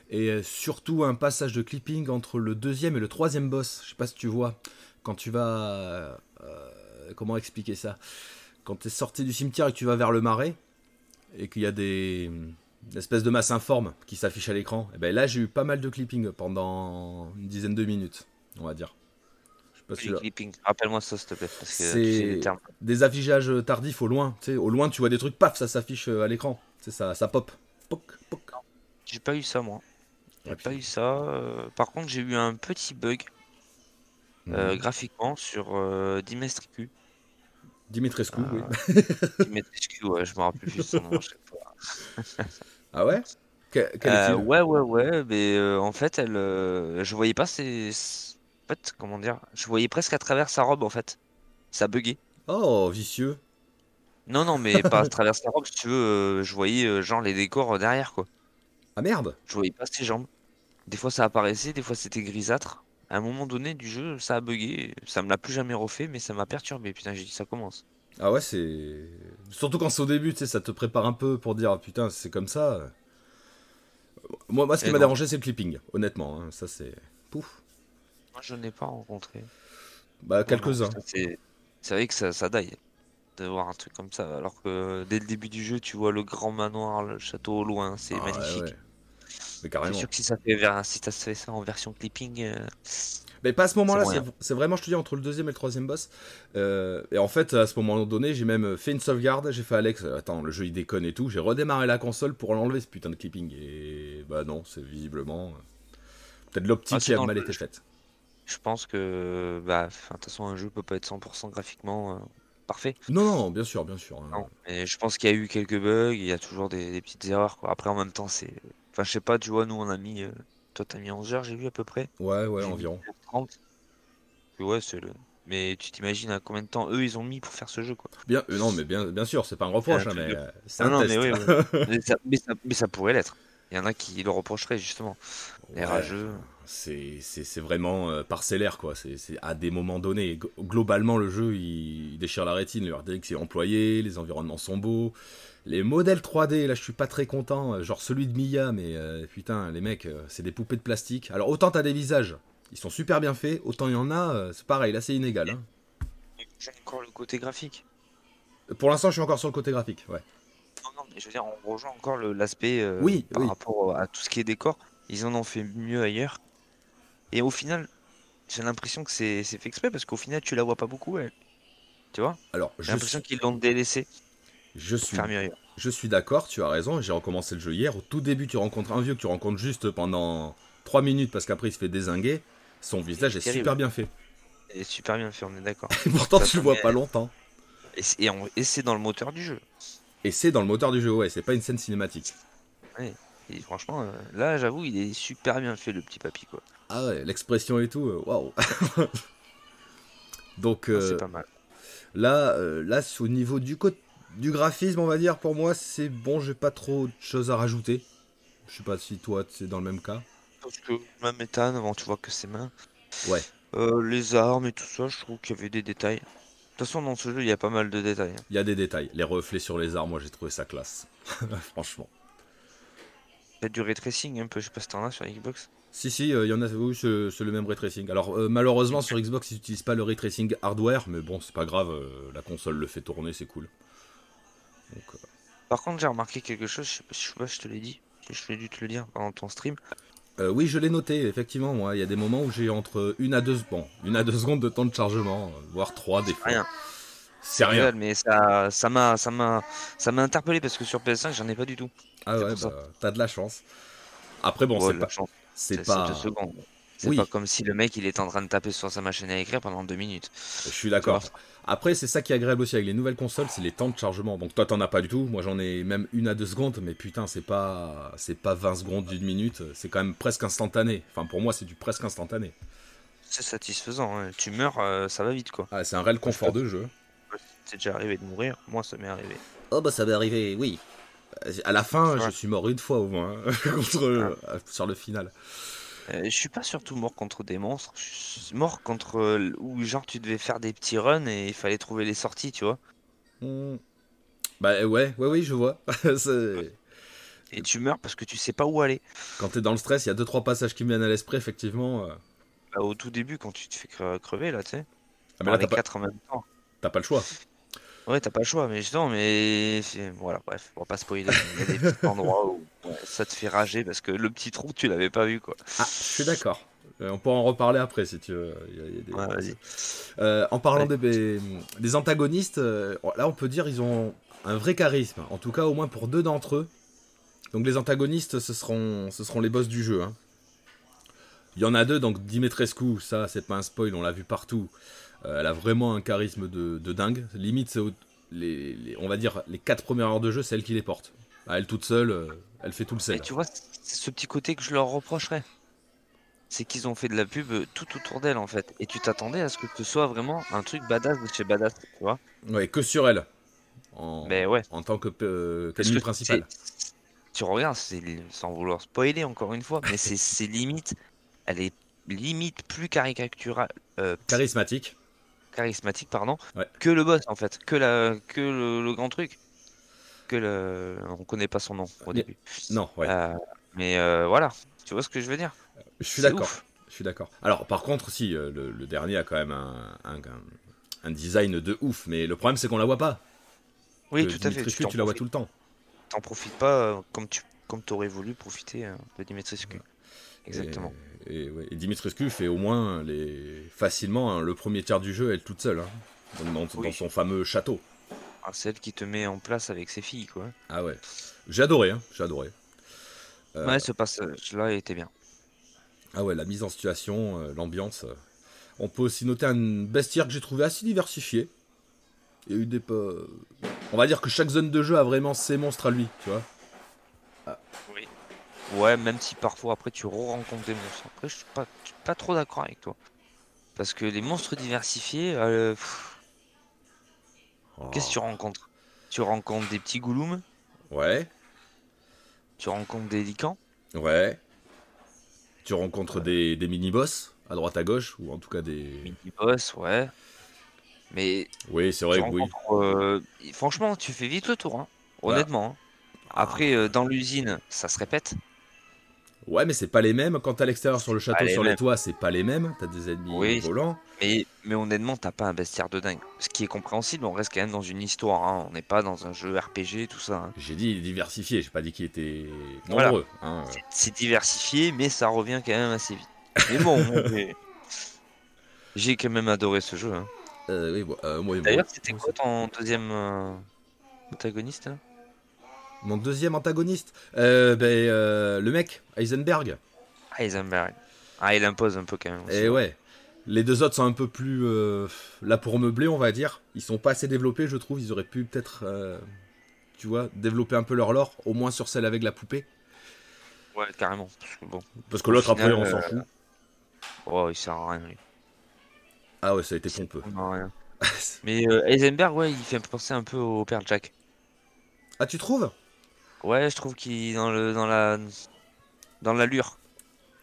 [SPEAKER 1] et euh, surtout un passage de clipping entre le deuxième et le troisième boss. Je sais pas si tu vois quand tu vas euh, comment expliquer ça Quand t'es sorti du cimetière et que tu vas vers le marais, et qu'il y a des des espèces de masse informe qui s'affiche à l'écran, et ben là j'ai eu pas mal de clipping pendant une dizaine de minutes, on va dire. Je sais pas si
[SPEAKER 2] Les
[SPEAKER 1] là-
[SPEAKER 2] clippings, rappelle-moi ça, s'il te plaît, parce que tu sais les
[SPEAKER 1] C'est-
[SPEAKER 2] termes.
[SPEAKER 1] Des affichages tardifs au loin, tu sais, au loin tu vois des trucs, paf, ça s'affiche euh, à l'écran, tu sais, ça, ça pop. Poc, poc.
[SPEAKER 2] J'ai pas eu ça, moi. J'ai
[SPEAKER 1] Ouais,
[SPEAKER 2] pas
[SPEAKER 1] puis-
[SPEAKER 2] eu ça. euh, Par contre, j'ai eu un petit bug
[SPEAKER 1] Mhm.
[SPEAKER 2] euh, graphiquement sur euh, Dimitrescu.
[SPEAKER 1] Dimitrescu,
[SPEAKER 2] Ah.
[SPEAKER 1] oui.
[SPEAKER 2] Dimitrescu, ouais, je me rappelle plus de son nom. je sais pas.
[SPEAKER 1] Ah ouais Que- Quel
[SPEAKER 2] Euh,
[SPEAKER 1] est-il
[SPEAKER 2] ouais, ouais, ouais, mais euh, en fait, elle, euh, je voyais pas ses. ses- En fait, comment dire? Je voyais presque à travers sa robe, en fait. Ça buguait.
[SPEAKER 1] Oh, vicieux.
[SPEAKER 2] Non, non, mais pas à travers sa robe, si tu veux. euh, je voyais, euh, genre, les décors euh, derrière, quoi.
[SPEAKER 1] Ah merde
[SPEAKER 2] Je voyais pas ses jambes. Des fois, ça apparaissait, des fois, c'était grisâtre. À un moment donné du jeu, ça a bugué. Ça me l'a plus jamais refait, mais ça m'a perturbé. Putain, j'ai dit, ça commence.
[SPEAKER 1] Ah ouais, c'est. Surtout quand c'est au début, tu sais, ça te prépare un peu pour dire, Ah, putain, c'est comme ça. Moi, moi ce qui
[SPEAKER 2] Et
[SPEAKER 1] m'a
[SPEAKER 2] non.
[SPEAKER 1] dérangé, c'est le clipping, honnêtement. hein. Ça, c'est. Pouf.
[SPEAKER 2] Moi, je ne l'ai pas rencontré.
[SPEAKER 1] Bah,
[SPEAKER 2] Non, non,
[SPEAKER 1] quelques-uns.
[SPEAKER 2] putain, C'est c'est vrai que ça, ça daille de voir un truc comme ça, alors que dès le début du jeu, tu vois le grand manoir, le château au loin, c'est
[SPEAKER 1] Ah, ouais,
[SPEAKER 2] magnifique.
[SPEAKER 1] ouais. Mais
[SPEAKER 2] C'est
[SPEAKER 1] carrément.
[SPEAKER 2] sûr que si ça fait vers, si t'as fait ça en version clipping, euh,
[SPEAKER 1] Mais pas à ce moment-là,
[SPEAKER 2] C'est
[SPEAKER 1] c'est
[SPEAKER 2] moyen.
[SPEAKER 1] c'est vraiment, je te dis, entre le deuxième et le troisième boss. Euh, et en fait, à ce moment donné, j'ai même fait une sauvegarde, j'ai fait Alex, euh, attends, le jeu il déconne et tout, j'ai redémarré la console pour l'enlever ce putain de clipping. Et bah non, c'est visiblement. euh, Peut-être l'optique
[SPEAKER 2] Ah, c'est
[SPEAKER 1] qui a
[SPEAKER 2] dans le
[SPEAKER 1] mal
[SPEAKER 2] jeu.
[SPEAKER 1] été faite.
[SPEAKER 2] je pense que bah, 'fin, de toute façon un jeu peut pas être 100% graphiquement euh, parfait.
[SPEAKER 1] Non, non, bien sûr, bien sûr. hein.
[SPEAKER 2] Non. Mais je pense qu'il y a eu quelques bugs, il y a toujours des, des petites erreurs. Quoi. Après, en même temps, c'est. Enfin, je sais pas, tu vois, nous, on a mis. euh, Toi, t'as mis 11h, j'ai vu à peu près.
[SPEAKER 1] Ouais, ouais,
[SPEAKER 2] J'ai mis
[SPEAKER 1] environ.
[SPEAKER 2] 30. Puis Ouais, c'est le. Mais tu t'imagines à combien de temps eux ils ont mis pour faire ce jeu quoi.
[SPEAKER 1] Bien, euh, non, mais bien, bien sûr, c'est pas un reproche,
[SPEAKER 2] C'est un
[SPEAKER 1] hein,
[SPEAKER 2] truc
[SPEAKER 1] mais
[SPEAKER 2] de-
[SPEAKER 1] euh, c'est un
[SPEAKER 2] non, non,
[SPEAKER 1] test.
[SPEAKER 2] mais oui, oui. mais, ça, mais ça- mais ça pourrait l'être. Il y en a qui le reprocheraient justement. Les
[SPEAKER 1] Ouais,
[SPEAKER 2] rageux.
[SPEAKER 1] C'est c'est- c'est vraiment euh, parcellaire, quoi. C'est c'est à des moments donnés. Glo- Globalement, le jeu, il, il déchire la rétine. Le RDX est employé, les environnements sont beaux. Les modèles 3D, là, je suis pas très content. euh, Genre celui de Mia, mais euh, putain, les mecs, euh, c'est des poupées de plastique. Alors, autant t'as des visages, ils sont super bien faits, autant il y en a, euh, c'est pareil, là, c'est inégal. hein.
[SPEAKER 2] J'ai encore le côté graphique.
[SPEAKER 1] Pour l'instant, je suis encore sur le côté graphique, ouais.
[SPEAKER 2] Non, non, mais je veux dire, on rejoint encore le- l'aspect euh,
[SPEAKER 1] Oui,
[SPEAKER 2] par
[SPEAKER 1] oui.
[SPEAKER 2] rapport à tout ce qui est décor. Ils en ont fait mieux ailleurs. Et au final, j'ai l'impression que c'est c'est fait exprès parce qu'au final, tu la vois pas beaucoup. elle. Tu vois
[SPEAKER 1] Alors,
[SPEAKER 2] J'ai
[SPEAKER 1] je,
[SPEAKER 2] l'impression qu'ils l'ont délaissé
[SPEAKER 1] je
[SPEAKER 2] pour
[SPEAKER 1] suis
[SPEAKER 2] faire mieux ailleurs.
[SPEAKER 1] Je suis d'accord, tu as raison, j'ai recommencé le jeu hier. Au tout début, tu rencontres un vieux que tu rencontres juste pendant 3 minutes parce qu'après il se fait désinguer. Son visage est
[SPEAKER 2] Terrible.
[SPEAKER 1] super bien fait.
[SPEAKER 2] Et super bien fait, on est d'accord.
[SPEAKER 1] Et pourtant,
[SPEAKER 2] Ça
[SPEAKER 1] tu le vois
[SPEAKER 2] permet-
[SPEAKER 1] pas longtemps.
[SPEAKER 2] Et c'est- et on- et c'est dans le moteur du jeu.
[SPEAKER 1] Et c'est dans le moteur du jeu, ouais, c'est pas une scène cinématique.
[SPEAKER 2] Et franchement, euh, là, j'avoue, il est super bien fait, le petit papy, quoi.
[SPEAKER 1] Ah ouais, l'expression et tout, euh, waouh! Donc
[SPEAKER 2] Ah,
[SPEAKER 1] euh,
[SPEAKER 2] C'est pas mal.
[SPEAKER 1] là, euh, là, au niveau du, co- du graphisme, on va dire, pour moi, c'est bon, j'ai pas trop de choses à rajouter. Je sais pas si toi, c'est dans le même cas.
[SPEAKER 2] Parce que ma méthane, avant, tu vois que ses mains.
[SPEAKER 1] Ouais.
[SPEAKER 2] Euh, les armes et tout ça, je trouve qu'il y avait des détails. De toute façon, dans ce jeu, il y a pas mal de détails. hein.
[SPEAKER 1] Il y a des détails. Les reflets sur les arbres, moi j'ai trouvé ça classe. Franchement.
[SPEAKER 2] Il y a du ray tracing un peu, je sais pas si t'en as sur Xbox.
[SPEAKER 1] Si, si, euh, il y en a, oui, c'est c'est le même ray tracing. Alors, euh, malheureusement, sur Xbox, ils n'utilisent pas le ray tracing hardware, mais bon, c'est pas grave, euh, la console le fait tourner, c'est cool. Donc, euh,
[SPEAKER 2] Par contre, j'ai remarqué quelque chose, je sais pas, je sais pas si je te l'ai dit, je l'ai dû te le dire pendant ton stream.
[SPEAKER 1] euh, oui, je l'ai noté, effectivement, moi, il y a des moments où j'ai entre une à deux, bon, une à deux secondes de temps de chargement, euh, voire trois des fois.
[SPEAKER 2] Rien.
[SPEAKER 1] C'est rien.
[SPEAKER 2] Désolé, Mais ça ça m'a ça m'a ça m'a interpellé parce que sur PS5, j'en ai pas du tout.
[SPEAKER 1] Ah
[SPEAKER 2] c'est
[SPEAKER 1] ouais,
[SPEAKER 2] pour ça.
[SPEAKER 1] bah, t'as de la chance. Après, bon,
[SPEAKER 2] Oh,
[SPEAKER 1] c'est
[SPEAKER 2] la
[SPEAKER 1] pas.
[SPEAKER 2] chance,
[SPEAKER 1] C'est
[SPEAKER 2] c'est
[SPEAKER 1] pas.
[SPEAKER 2] deux secondes. C'est
[SPEAKER 1] Oui.
[SPEAKER 2] pas comme si le mec il était en train de taper sur sa machine à écrire pendant deux minutes.
[SPEAKER 1] Je suis d'accord. Après, c'est ça qui est agréable aussi avec les nouvelles consoles, c'est les temps de chargement. Donc toi, t'en as pas du tout. Moi, j'en ai même une à deux secondes, mais putain, c'est pas, c'est pas 20 secondes d'une minute. C'est quand même presque instantané. Enfin, pour moi, c'est du presque instantané.
[SPEAKER 2] C'est satisfaisant, hein. tu meurs, euh, ça va vite quoi.
[SPEAKER 1] Ah, c'est un réel confort de jeu.
[SPEAKER 2] C'est déjà arrivé de mourir, moi ça m'est arrivé.
[SPEAKER 1] Oh bah ça m'est arrivé, oui. À la fin,
[SPEAKER 2] Ouais.
[SPEAKER 1] je suis mort une fois au moins contre sur le final.
[SPEAKER 2] Euh, je suis pas surtout mort contre des monstres, je suis mort contre euh, où genre tu devais faire des petits runs et il fallait trouver les sorties, tu vois.
[SPEAKER 1] Hmm. Bah ouais, ouais, oui, je vois. C'est-
[SPEAKER 2] Et tu meurs parce que tu sais pas où aller.
[SPEAKER 1] Quand t'es dans le stress, il y a deux trois passages qui me viennent à l'esprit, effectivement. euh.
[SPEAKER 2] Bah, au tout début quand tu te fais cre- crever là, tu sais.
[SPEAKER 1] Ah, mais
[SPEAKER 2] Bon,
[SPEAKER 1] là,
[SPEAKER 2] les
[SPEAKER 1] t'as pas,
[SPEAKER 2] quatre en même temps.
[SPEAKER 1] t'as pas le choix.
[SPEAKER 2] Ouais, t'as pas le choix, mais non, mais c'est- voilà, bref, on va pas spoiler. Il y a des petits endroits où bon, ça te fait rager parce que le petit trou tu l'avais pas vu quoi.
[SPEAKER 1] Ah, je suis d'accord. Euh, on pourra en reparler après si tu veux. Il y a- il y a des-
[SPEAKER 2] Ouais, vas-y.
[SPEAKER 1] Euh, en parlant des, des antagonistes, euh, là on peut dire ils ont un vrai charisme, en tout cas au moins pour deux d'entre eux. Donc les antagonistes, ce seront, ce seront les boss du jeu. hein. Il y en a deux, donc Dimitrescu, ça c'est pas un spoil, on l'a vu partout. Euh, elle a vraiment un charisme de, de dingue. Limite, c'est au- les, les- on va dire les quatre premières heures de jeu, c'est elle qui les porte. Ah, elle toute seule, euh, elle fait tout le
[SPEAKER 2] Et
[SPEAKER 1] sel.
[SPEAKER 2] tu vois, c'est ce petit côté que je leur reprocherais. C'est qu'ils ont fait de la pub euh, tout autour d'elle en fait. Et tu t'attendais à ce que ce soit vraiment un truc badass de chez badass, tu vois.
[SPEAKER 1] Ouais, que sur elle. En,
[SPEAKER 2] Mais ouais.
[SPEAKER 1] en tant que euh,
[SPEAKER 2] Parce
[SPEAKER 1] qu'ennemi
[SPEAKER 2] que
[SPEAKER 1] principal.
[SPEAKER 2] c'est- Tu regardes, c'est sans vouloir spoiler encore une fois, mais c'est c'est limite. Elle est limite plus caricaturale, euh,
[SPEAKER 1] Charismatique.
[SPEAKER 2] charismatique pardon,
[SPEAKER 1] Ouais.
[SPEAKER 2] que le boss en fait, que la que le, le grand truc, que le on connaît pas son nom au
[SPEAKER 1] Mais-
[SPEAKER 2] début.
[SPEAKER 1] Non, ouais.
[SPEAKER 2] Euh, mais euh, voilà, tu vois ce que je veux dire.
[SPEAKER 1] Je suis
[SPEAKER 2] c'est
[SPEAKER 1] d'accord.
[SPEAKER 2] ouf.
[SPEAKER 1] Je suis d'accord. Alors, par contre, si, euh, le, le dernier a quand même un, un- un design de ouf, mais le problème, c'est qu'on la voit pas.
[SPEAKER 2] Oui,
[SPEAKER 1] Que
[SPEAKER 2] tout à fait.
[SPEAKER 1] Euh, Dimitrescu,
[SPEAKER 2] t'en
[SPEAKER 1] tu la vois
[SPEAKER 2] profites-
[SPEAKER 1] tout le temps.
[SPEAKER 2] T'en profites pas euh, comme tu comme t'aurais voulu profiter euh, de Dimitrescu. Exactement.
[SPEAKER 1] Et, et, ouais. Et Dimitrescu fait au moins les... facilement hein, le premier tiers du jeu, elle toute seule. hein. Dans- dans,
[SPEAKER 2] Oui.
[SPEAKER 1] dans son fameux château.
[SPEAKER 2] Ah, Celle qui te met en place avec ses filles quoi.
[SPEAKER 1] Ah ouais. J'ai adoré, hein. J'ai adoré. Euh,
[SPEAKER 2] Ouais, ce passage-là était bien.
[SPEAKER 1] Ah ouais, la mise en situation, euh, l'ambiance. euh. On peut aussi noter un bestiaire que j'ai trouvé assez diversifié. Il y a eu des. po- On va dire que chaque zone de jeu a vraiment ses monstres à lui, tu vois.
[SPEAKER 2] Ouais, même si parfois après tu re-rencontres des monstres. Après, je suis pas, je suis pas trop d'accord avec toi. Parce que les monstres diversifiés, euh, pff,
[SPEAKER 1] Oh.
[SPEAKER 2] qu'est-ce que tu rencontres Tu rencontres des petits gouloums,
[SPEAKER 1] Ouais,
[SPEAKER 2] tu rencontres des licans,
[SPEAKER 1] ouais. Tu rencontres des, des mini-boss à droite à gauche, ou en tout cas des.
[SPEAKER 2] mini-boss, ouais. Mais
[SPEAKER 1] Oui, c'est
[SPEAKER 2] tu
[SPEAKER 1] vrai, que oui.
[SPEAKER 2] rencontres, euh, et franchement, tu fais vite le tour, hein,
[SPEAKER 1] Bah. Ah.
[SPEAKER 2] honnêtement. hein. Après, euh, dans l'usine, ça se répète.
[SPEAKER 1] Ouais, mais c'est pas les mêmes. Quand t'es à l'extérieur sur le
[SPEAKER 2] Pas
[SPEAKER 1] château,
[SPEAKER 2] les
[SPEAKER 1] sur les
[SPEAKER 2] mêmes.
[SPEAKER 1] toits, c'est pas les mêmes. T'as des ennemis
[SPEAKER 2] Oui.
[SPEAKER 1] volants.
[SPEAKER 2] Mais, mais honnêtement, t'as pas un bestiaire de dingue. Ce qui est compréhensible, on reste quand même dans une histoire. hein. On n'est pas dans un jeu RPG, tout ça. hein.
[SPEAKER 1] J'ai dit diversifié, j'ai pas dit qu'il était
[SPEAKER 2] Voilà.
[SPEAKER 1] nombreux. hein.
[SPEAKER 2] c'est diversifié, mais ça revient quand même assez vite. Mais bon, moi, j'ai- j'ai quand même adoré ce jeu. hein.
[SPEAKER 1] Euh, oui, bon, euh, moi,
[SPEAKER 2] D'ailleurs,
[SPEAKER 1] moi,
[SPEAKER 2] c'était
[SPEAKER 1] moi,
[SPEAKER 2] quoi ton deuxième euh, protagoniste là
[SPEAKER 1] Mon deuxième antagoniste, euh, ben, euh, le mec, Heisenberg.
[SPEAKER 2] Heisenberg. Ah, il impose un peu quand même. aussi.
[SPEAKER 1] Et ouais, les deux autres sont un peu plus euh, là pour meubler, on va dire. Ils sont pas assez développés, je trouve. Ils auraient pu peut-être, euh, tu vois, développer un peu leur lore, au moins sur celle avec la poupée.
[SPEAKER 2] Ouais, carrément. Parce que bon,
[SPEAKER 1] Parce que
[SPEAKER 2] Au
[SPEAKER 1] l'autre, après,
[SPEAKER 2] final,
[SPEAKER 1] on
[SPEAKER 2] euh,
[SPEAKER 1] s'en fout.
[SPEAKER 2] oh, il sert à rien. lui.
[SPEAKER 1] Ah ouais, ça a été
[SPEAKER 2] Il sert
[SPEAKER 1] pompeux.
[SPEAKER 2] vraiment à rien. Mais euh, Heisenberg, ouais, il fait penser un peu au père Jack.
[SPEAKER 1] ah, tu trouves
[SPEAKER 2] Ouais, je trouve qu'il est dans le dans la dans l'allure.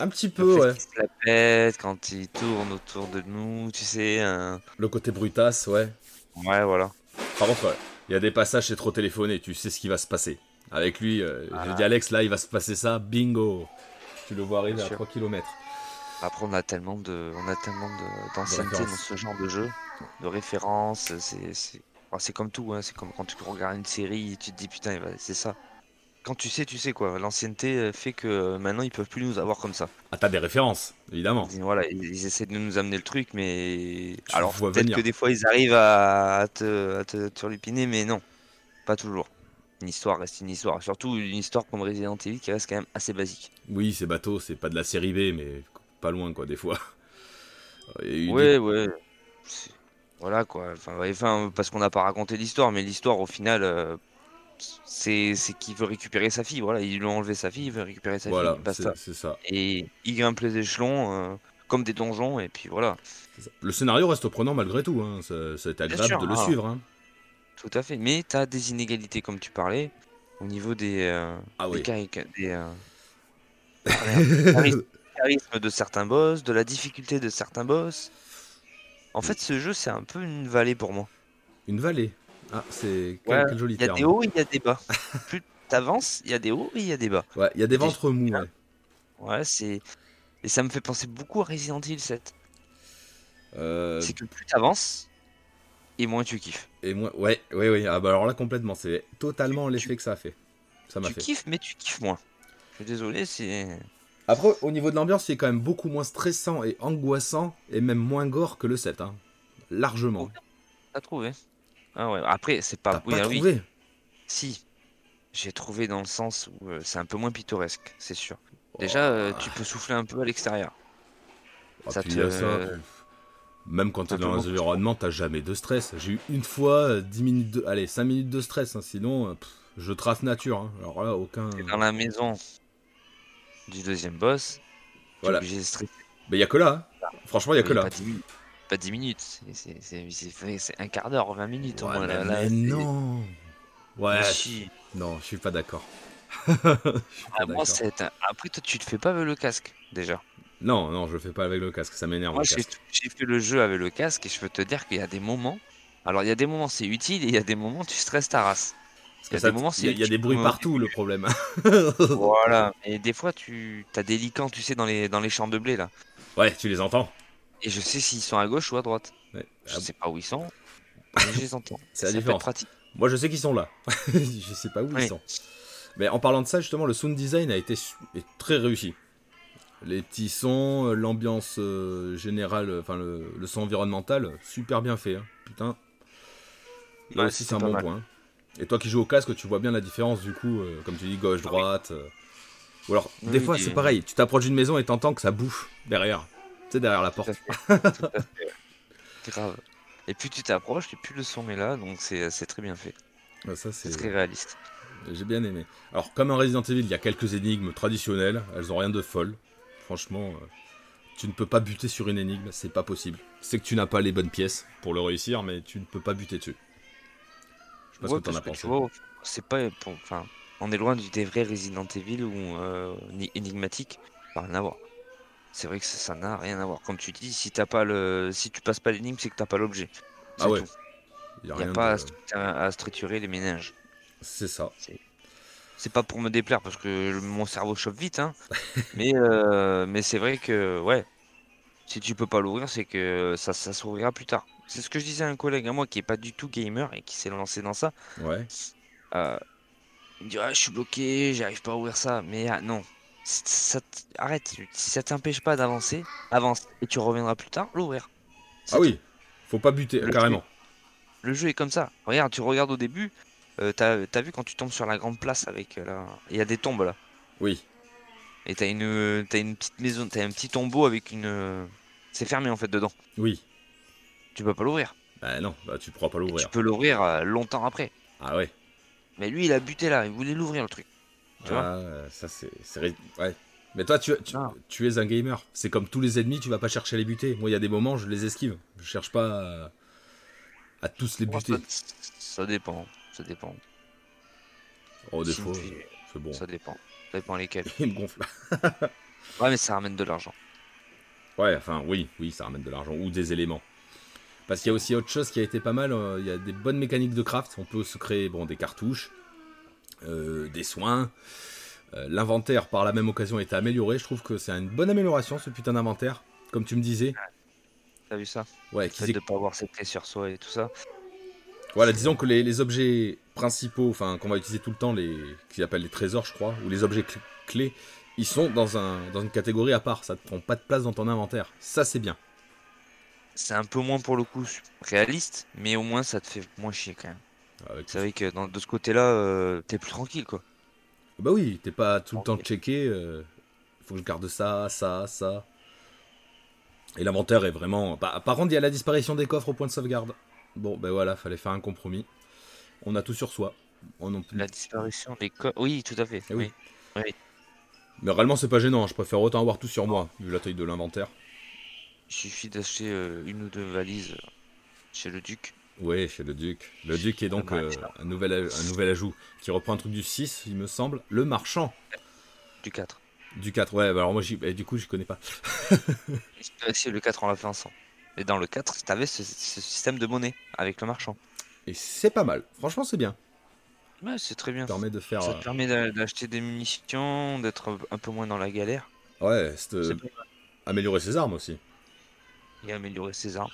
[SPEAKER 1] Un petit
[SPEAKER 2] Le
[SPEAKER 1] peu,
[SPEAKER 2] fait
[SPEAKER 1] ouais.
[SPEAKER 2] qu'il se la pète quand il tourne autour de nous, tu sais. un-
[SPEAKER 1] Le côté brutasse, ouais.
[SPEAKER 2] Ouais, voilà.
[SPEAKER 1] Par contre, ouais, il y a des passages, c'est trop téléphoné, tu sais ce qui va se passer. Avec lui, euh, j'ai dit Alex, là, il va se passer ça, bingo Tu le vois arriver
[SPEAKER 2] Bien
[SPEAKER 1] à
[SPEAKER 2] sûr.
[SPEAKER 1] 3 km.
[SPEAKER 2] Après, on a tellement de, on a tellement de, d'ancienneté dans
[SPEAKER 1] références.
[SPEAKER 2] ce genre de jeu, de références. C'est, c'est, enfin, c'est comme tout, hein, c'est comme quand tu regardes une série et tu te dis putain, il va- c'est ça. Quand tu sais, tu sais quoi. L'ancienneté euh, fait que euh, maintenant ils peuvent plus nous avoir comme ça.
[SPEAKER 1] Ah, t'as des références, évidemment.
[SPEAKER 2] Ils disent, Voilà, ils, ils essaient de nous amener le truc, mais
[SPEAKER 1] Tu
[SPEAKER 2] alors
[SPEAKER 1] vois
[SPEAKER 2] peut-être
[SPEAKER 1] venir.
[SPEAKER 2] que des fois ils arrivent à, à te, à te turlupiner, mais non, pas toujours. Une histoire reste une histoire, surtout une histoire comme Resident Evil qui reste quand même assez basique.
[SPEAKER 1] Oui, c'est bateau, c'est pas de la série B, mais pas loin, quoi, des fois. Il y a eu des-
[SPEAKER 2] Ouais, ouais. C'est- Voilà quoi. Enfin, ouais, enfin, parce qu'on n'a pas raconté l'histoire, mais l'histoire au final, euh, c'est c'est qu'il veut récupérer sa fille. Voilà, ils lui ont enlevé sa fille, il veut récupérer sa
[SPEAKER 1] Voilà,
[SPEAKER 2] fille. Basta.
[SPEAKER 1] c'est c'est ça.
[SPEAKER 2] Et il grimpe les échelons euh, comme des donjons, et puis voilà.
[SPEAKER 1] c'est ça. Le scénario reste prenant malgré tout, hein. ça, ça a été agréable
[SPEAKER 2] sûr,
[SPEAKER 1] de le
[SPEAKER 2] ah.
[SPEAKER 1] suivre. hein.
[SPEAKER 2] Tout à fait. Mais t'as des inégalités comme tu parlais au niveau des euh,
[SPEAKER 1] Ah
[SPEAKER 2] des
[SPEAKER 1] oui.
[SPEAKER 2] carica- des, euh, ah, merde, charisme- charisme de certains boss, de la difficulté de certains boss. En fait, ce jeu, c'est un peu une vallée pour moi.
[SPEAKER 1] Une vallée. Ah, c'est quel,
[SPEAKER 2] Ouais,
[SPEAKER 1] quel joli
[SPEAKER 2] Il y a
[SPEAKER 1] terme.
[SPEAKER 2] des hauts, il y a des bas. Plus t'avances, il y a des hauts et il y a des bas.
[SPEAKER 1] Ouais, il y a des ventres mous, ouais.
[SPEAKER 2] Ouais, c'est. Et ça me fait penser beaucoup à Resident Evil 7.
[SPEAKER 1] Euh,
[SPEAKER 2] C'est que plus t'avances, et moins tu kiffes.
[SPEAKER 1] et moi, ouais, ouais, ouais. Ah, bah alors là, complètement, c'est totalement l'effet que ça a fait. Ça m'a
[SPEAKER 2] Tu
[SPEAKER 1] fait.
[SPEAKER 2] kiffes, mais tu kiffes moins. Je suis désolé, c'est.
[SPEAKER 1] Après, au niveau de l'ambiance, il est quand même beaucoup moins stressant et angoissant, et même moins gore que le 7, hein. Largement.
[SPEAKER 2] T'as trouvé. Ah ouais, après, c'est pas.
[SPEAKER 1] T'as
[SPEAKER 2] oui,
[SPEAKER 1] pas
[SPEAKER 2] ah oui,
[SPEAKER 1] trouvé
[SPEAKER 2] si. J'ai trouvé dans le sens où euh, c'est un peu moins pittoresque, c'est sûr.
[SPEAKER 1] Oh.
[SPEAKER 2] Déjà, euh, tu peux souffler un peu à l'extérieur.
[SPEAKER 1] Ah,
[SPEAKER 2] ça
[SPEAKER 1] puis
[SPEAKER 2] te-
[SPEAKER 1] il y a ça, puis- Même quand t'es
[SPEAKER 2] ça te
[SPEAKER 1] dans un
[SPEAKER 2] manque.
[SPEAKER 1] environnement, t'as jamais de stress. J'ai eu une fois euh, 10 minutes de... Allez, 5 minutes de stress, hein, sinon, euh, pff, je trace nature. hein. Alors là, aucun...
[SPEAKER 2] T'es dans la maison du deuxième boss. t'es
[SPEAKER 1] Voilà.
[SPEAKER 2] obligé de stresser.
[SPEAKER 1] Mais il y a que là, hein. Franchement, il y a
[SPEAKER 2] Oui,
[SPEAKER 1] que là.
[SPEAKER 2] Euh, Pas 10 minutes. Pas 10 minutes. c'est- c'est- C'est c'est- c'est un quart d'heure, 20 minutes au
[SPEAKER 1] Ouais,
[SPEAKER 2] moins. là,
[SPEAKER 1] mais,
[SPEAKER 2] là,
[SPEAKER 1] mais
[SPEAKER 2] c'est-
[SPEAKER 1] non Ouais,
[SPEAKER 2] Mais si.
[SPEAKER 1] non, je suis pas d'accord. Je suis pas
[SPEAKER 2] Ah, moi,
[SPEAKER 1] d'accord.
[SPEAKER 2] c'est un- Après, toi, tu te fais pas avec le casque, déjà.
[SPEAKER 1] non, non, je le fais pas avec le casque, ça m'énerve.
[SPEAKER 2] moi,
[SPEAKER 1] le
[SPEAKER 2] j'ai
[SPEAKER 1] casque.
[SPEAKER 2] j'ai fait le jeu avec le casque et je peux te dire qu'il y a des moments. Alors, il y a des moments, c'est utile et il y a des moments, tu stresses ta race.
[SPEAKER 1] Parce
[SPEAKER 2] Il y
[SPEAKER 1] que
[SPEAKER 2] a
[SPEAKER 1] ça-
[SPEAKER 2] des moments, c'est
[SPEAKER 1] il y a- il y a
[SPEAKER 2] utile.
[SPEAKER 1] des bruits
[SPEAKER 2] Ouais.
[SPEAKER 1] partout, le problème.
[SPEAKER 2] Voilà. Et des fois, tu as des licans, tu sais, dans les, dans les champs de blé, là.
[SPEAKER 1] Ouais, tu les entends.
[SPEAKER 2] Et je sais s'ils sont à gauche ou à droite.
[SPEAKER 1] Ouais.
[SPEAKER 2] Je
[SPEAKER 1] Ah,
[SPEAKER 2] sais pas où ils sont, mais je les entends.
[SPEAKER 1] C'est la
[SPEAKER 2] Ça peut être
[SPEAKER 1] différence.
[SPEAKER 2] pratique.
[SPEAKER 1] Moi, je sais qu'ils sont là. je sais pas où ils
[SPEAKER 2] Oui.
[SPEAKER 1] sont. Mais en parlant de ça, justement, le sound design a été su- est très réussi. Les petits sons, euh, l'ambiance euh, générale, euh, enfin le, le son environnemental, euh, super bien fait. hein. Putain, là
[SPEAKER 2] Ouais,
[SPEAKER 1] aussi c'est un
[SPEAKER 2] pas
[SPEAKER 1] bon
[SPEAKER 2] mal.
[SPEAKER 1] point. hein. Et toi qui joues au casque, tu vois bien la différence du coup, euh, comme tu dis, gauche,
[SPEAKER 2] Ah oui.
[SPEAKER 1] droite. euh. Ou alors,
[SPEAKER 2] Oui,
[SPEAKER 1] des fois
[SPEAKER 2] des-
[SPEAKER 1] c'est pareil, tu t'approches d'une maison et t'entends que ça bouffe derrière. Tu sais, derrière la
[SPEAKER 2] Tout à
[SPEAKER 1] porte.
[SPEAKER 2] fait. Tout à fait. Grave. Et plus tu t'approches, et plus le son est là, donc c'est c'est très bien fait.
[SPEAKER 1] Ouais, ça, c'est-
[SPEAKER 2] C'est très réaliste.
[SPEAKER 1] J'ai bien aimé. Alors, comme un Resident Evil, il y a quelques énigmes traditionnelles. Elles ont rien de folle. Franchement, euh, tu ne peux pas buter sur une énigme, c'est pas possible. C'est que tu n'as pas les bonnes pièces pour le réussir, mais tu ne peux pas buter dessus. Je sais pas
[SPEAKER 2] Ouais,
[SPEAKER 1] ce que t'en
[SPEAKER 2] parce
[SPEAKER 1] as
[SPEAKER 2] que
[SPEAKER 1] pensé.
[SPEAKER 2] tu vois, c'est pas. pour- Enfin, on est loin du des vrais Resident Evil ou euh, ni énigmatique. Ça n'a rien à voir. C'est vrai que ça ça n'a rien à voir. Comme tu dis, si t'as pas le, si tu passes pas l'énigme, c'est que t'as pas l'objet.
[SPEAKER 1] Ah
[SPEAKER 2] C'est
[SPEAKER 1] ouais,
[SPEAKER 2] tout.
[SPEAKER 1] Il y a
[SPEAKER 2] Y a
[SPEAKER 1] rien
[SPEAKER 2] pas à
[SPEAKER 1] de-
[SPEAKER 2] stru- à, à structurer les ménages.
[SPEAKER 1] C'est ça.
[SPEAKER 2] C'est pas pour me déplaire parce que le- mon cerveau chope vite, hein. mais euh, mais c'est vrai que ouais, si tu peux pas l'ouvrir, c'est que ça ça s'ouvrira plus tard. C'est ce que je disais à un collègue à moi qui est pas du tout gamer et qui s'est lancé dans ça.
[SPEAKER 1] Ouais.
[SPEAKER 2] Euh, il me dit, Ah, je suis bloqué, j'arrive pas à ouvrir ça. Mais ah, non, Si t- ça t- arrête, tu- si ça t'empêche pas d'avancer, avance et tu reviendras plus tard l'ouvrir. C'est
[SPEAKER 1] Ah oui, faut pas buter,
[SPEAKER 2] Le
[SPEAKER 1] carrément.
[SPEAKER 2] tout. Le jeu est comme ça. Regarde, tu regardes au début, euh, t'as t'as vu quand tu tombes sur la grande place avec euh, là, il y a des tombes là.
[SPEAKER 1] Oui.
[SPEAKER 2] Et t'as une, euh, t'as une petite maison, t'as un petit tombeau avec une. euh, C'est fermé en fait dedans.
[SPEAKER 1] Oui.
[SPEAKER 2] Tu peux pas l'ouvrir.
[SPEAKER 1] Bah non, bah, tu pourras pas
[SPEAKER 2] Et Tu
[SPEAKER 1] l'ouvrir.
[SPEAKER 2] peux l'ouvrir euh, longtemps après.
[SPEAKER 1] Ah ouais.
[SPEAKER 2] Mais lui, il a buté là, il voulait l'ouvrir le truc. Tu vois
[SPEAKER 1] Ah, euh, ça c'est. c'est ré- Ouais. Mais toi, tu, tu,
[SPEAKER 2] Ah.
[SPEAKER 1] tu es un gamer. C'est comme tous les ennemis, tu vas pas chercher à les buter. Moi, il y a des moments, je les esquive. Je cherche pas à, à tous les
[SPEAKER 2] Moi,
[SPEAKER 1] buter.
[SPEAKER 2] ça- ça dépend, ça dépend.
[SPEAKER 1] Oh, des
[SPEAKER 2] Si,
[SPEAKER 1] fois,
[SPEAKER 2] puis-
[SPEAKER 1] euh, c'est bon.
[SPEAKER 2] Ça dépend. Ça dépend lesquels.
[SPEAKER 1] Il me gonfle.
[SPEAKER 2] Ouais, mais ça ramène de l'argent.
[SPEAKER 1] Ouais, enfin, oui, oui, ça ramène de l'argent ou des éléments. Parce qu'il y a aussi autre chose qui a été pas mal. euh, Il y a des bonnes mécaniques de craft. On peut se créer bon, des cartouches, euh, des soins. Euh, L'inventaire, par la même occasion, a été amélioré. Je trouve que c'est une bonne amélioration, ce putain d'inventaire. Comme tu me disais.
[SPEAKER 2] T'as vu ça
[SPEAKER 1] Ouais,
[SPEAKER 2] Le
[SPEAKER 1] qu'ils
[SPEAKER 2] fait
[SPEAKER 1] aient-
[SPEAKER 2] de pas avoir ses clés sur soi et tout ça.
[SPEAKER 1] Voilà, disons que les, les objets principaux, enfin qu'on va utiliser tout le temps, les qu'ils appellent les trésors, je crois, ou les objets cl- clés, ils sont dans un dans une catégorie à part. Ça ne prend pas de place dans ton inventaire. Ça c'est bien.
[SPEAKER 2] C'est un peu moins pour le coup réaliste, mais au moins ça te fait moins chier quand même.
[SPEAKER 1] Avec-
[SPEAKER 2] C'est vrai que dans, de ce côté-là, euh, t'es plus tranquille quoi.
[SPEAKER 1] Bah oui, t'es pas tout le temps
[SPEAKER 2] Ok.
[SPEAKER 1] checké. euh, faut que je garde ça, ça, ça. Et l'inventaire est vraiment. Bah, par contre, il y a la disparition des coffres au point de sauvegarde. Bon, ben voilà, fallait faire un compromis. On a tout sur soi. On en...
[SPEAKER 2] La disparition des codes. Oui, tout à fait.
[SPEAKER 1] Eh oui.
[SPEAKER 2] oui.
[SPEAKER 1] Mais réellement, c'est pas gênant. hein. Je préfère autant avoir tout sur moi, vu la taille de l'inventaire.
[SPEAKER 2] Il suffit d'acheter euh, une ou deux valises euh, chez le duc.
[SPEAKER 1] Oui, chez le Duc. Le Duc est donc
[SPEAKER 2] Le
[SPEAKER 1] euh,
[SPEAKER 2] marchand.
[SPEAKER 1] un, nouvel, aj- un nouvel ajout qui reprend un truc du 6, il me semble. Le marchand
[SPEAKER 2] Du 4.
[SPEAKER 1] du 4. Ouais, bah alors moi, j'y- bah, du coup, je connais pas.
[SPEAKER 2] Euh, Si le 4, on l'a fait ensemble. Et dans le 4, t'avais ce, ce système de monnaie avec le marchand.
[SPEAKER 1] Et c'est pas mal. Franchement, c'est bien.
[SPEAKER 2] Ouais, c'est très bien.
[SPEAKER 1] Ça permet de faire. euh,
[SPEAKER 2] Ça te permet d'a- d'acheter des munitions, d'être un- un peu moins dans la galère.
[SPEAKER 1] euh, Ouais, c'est, euh,
[SPEAKER 2] C'est pas
[SPEAKER 1] améliorer ses armes aussi.
[SPEAKER 2] et améliorer ses armes.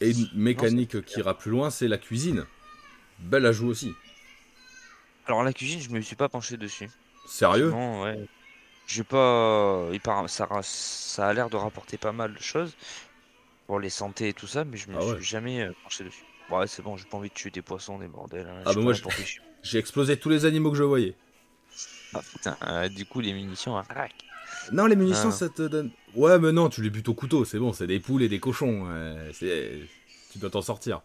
[SPEAKER 1] Et une mécanique qui ira plus loin, c'est la cuisine. Bel ajout aussi.
[SPEAKER 2] Alors la cuisine, je me suis pas penché dessus.
[SPEAKER 1] Sérieux
[SPEAKER 2] Non, ouais. J'ai pas. il par- Ça, ra- ça a l'air de rapporter pas mal de choses pour les santé et tout ça, mais je me
[SPEAKER 1] Ah ouais.
[SPEAKER 2] suis jamais euh, penché dessus. Ouais, c'est bon, j'ai pas envie de tuer des poissons, des bordels. hein,
[SPEAKER 1] Ah
[SPEAKER 2] suis
[SPEAKER 1] bah
[SPEAKER 2] pas
[SPEAKER 1] moi,
[SPEAKER 2] là
[SPEAKER 1] je-
[SPEAKER 2] pour pécher.
[SPEAKER 1] J'ai explosé tous les animaux que je voyais.
[SPEAKER 2] Ah, putain, euh, du coup les munitions, hein, crac.
[SPEAKER 1] Non, les munitions,
[SPEAKER 2] Ah.
[SPEAKER 1] ça te donne. Ouais, mais non, tu les butes au couteau, c'est bon, c'est des poules et des cochons. euh, c'est- Tu dois t'en sortir.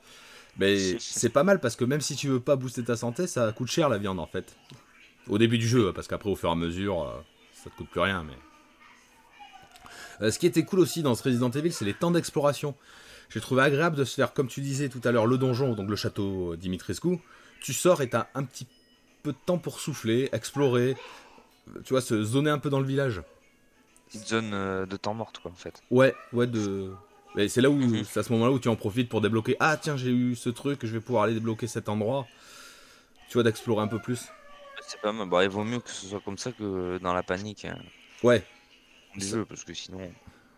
[SPEAKER 1] Mais c'est pas mal parce que même si tu veux pas booster ta santé, ça coûte cher la viande en fait. Au début du jeu, parce qu'après, au fur et à mesure, euh, ça te coûte plus rien. Mais Euh, ce qui était cool aussi dans ce Resident Evil, c'est les temps d'exploration. J'ai trouvé agréable de se faire, comme tu disais tout à l'heure, le donjon, donc le château euh, Dimitrescu. Tu sors et t'as un petit peu de temps pour souffler, explorer, euh, tu vois, se zoner un peu dans le village.
[SPEAKER 2] Petite zone euh, de temps morte, quoi, en fait.
[SPEAKER 1] Ouais, ouais, de. Mais c'est là où,
[SPEAKER 2] Mhm.
[SPEAKER 1] c'est à ce moment-là où tu en profites pour débloquer. Ah tiens, j'ai eu ce truc, je vais pouvoir aller débloquer cet endroit. Tu vois, d'explorer un peu plus.
[SPEAKER 2] C'est pas mal. Bah, il vaut mieux que ce soit comme ça que dans la panique hein,
[SPEAKER 1] Ouais,
[SPEAKER 2] du
[SPEAKER 1] Ça-
[SPEAKER 2] jeu, parce que sinon.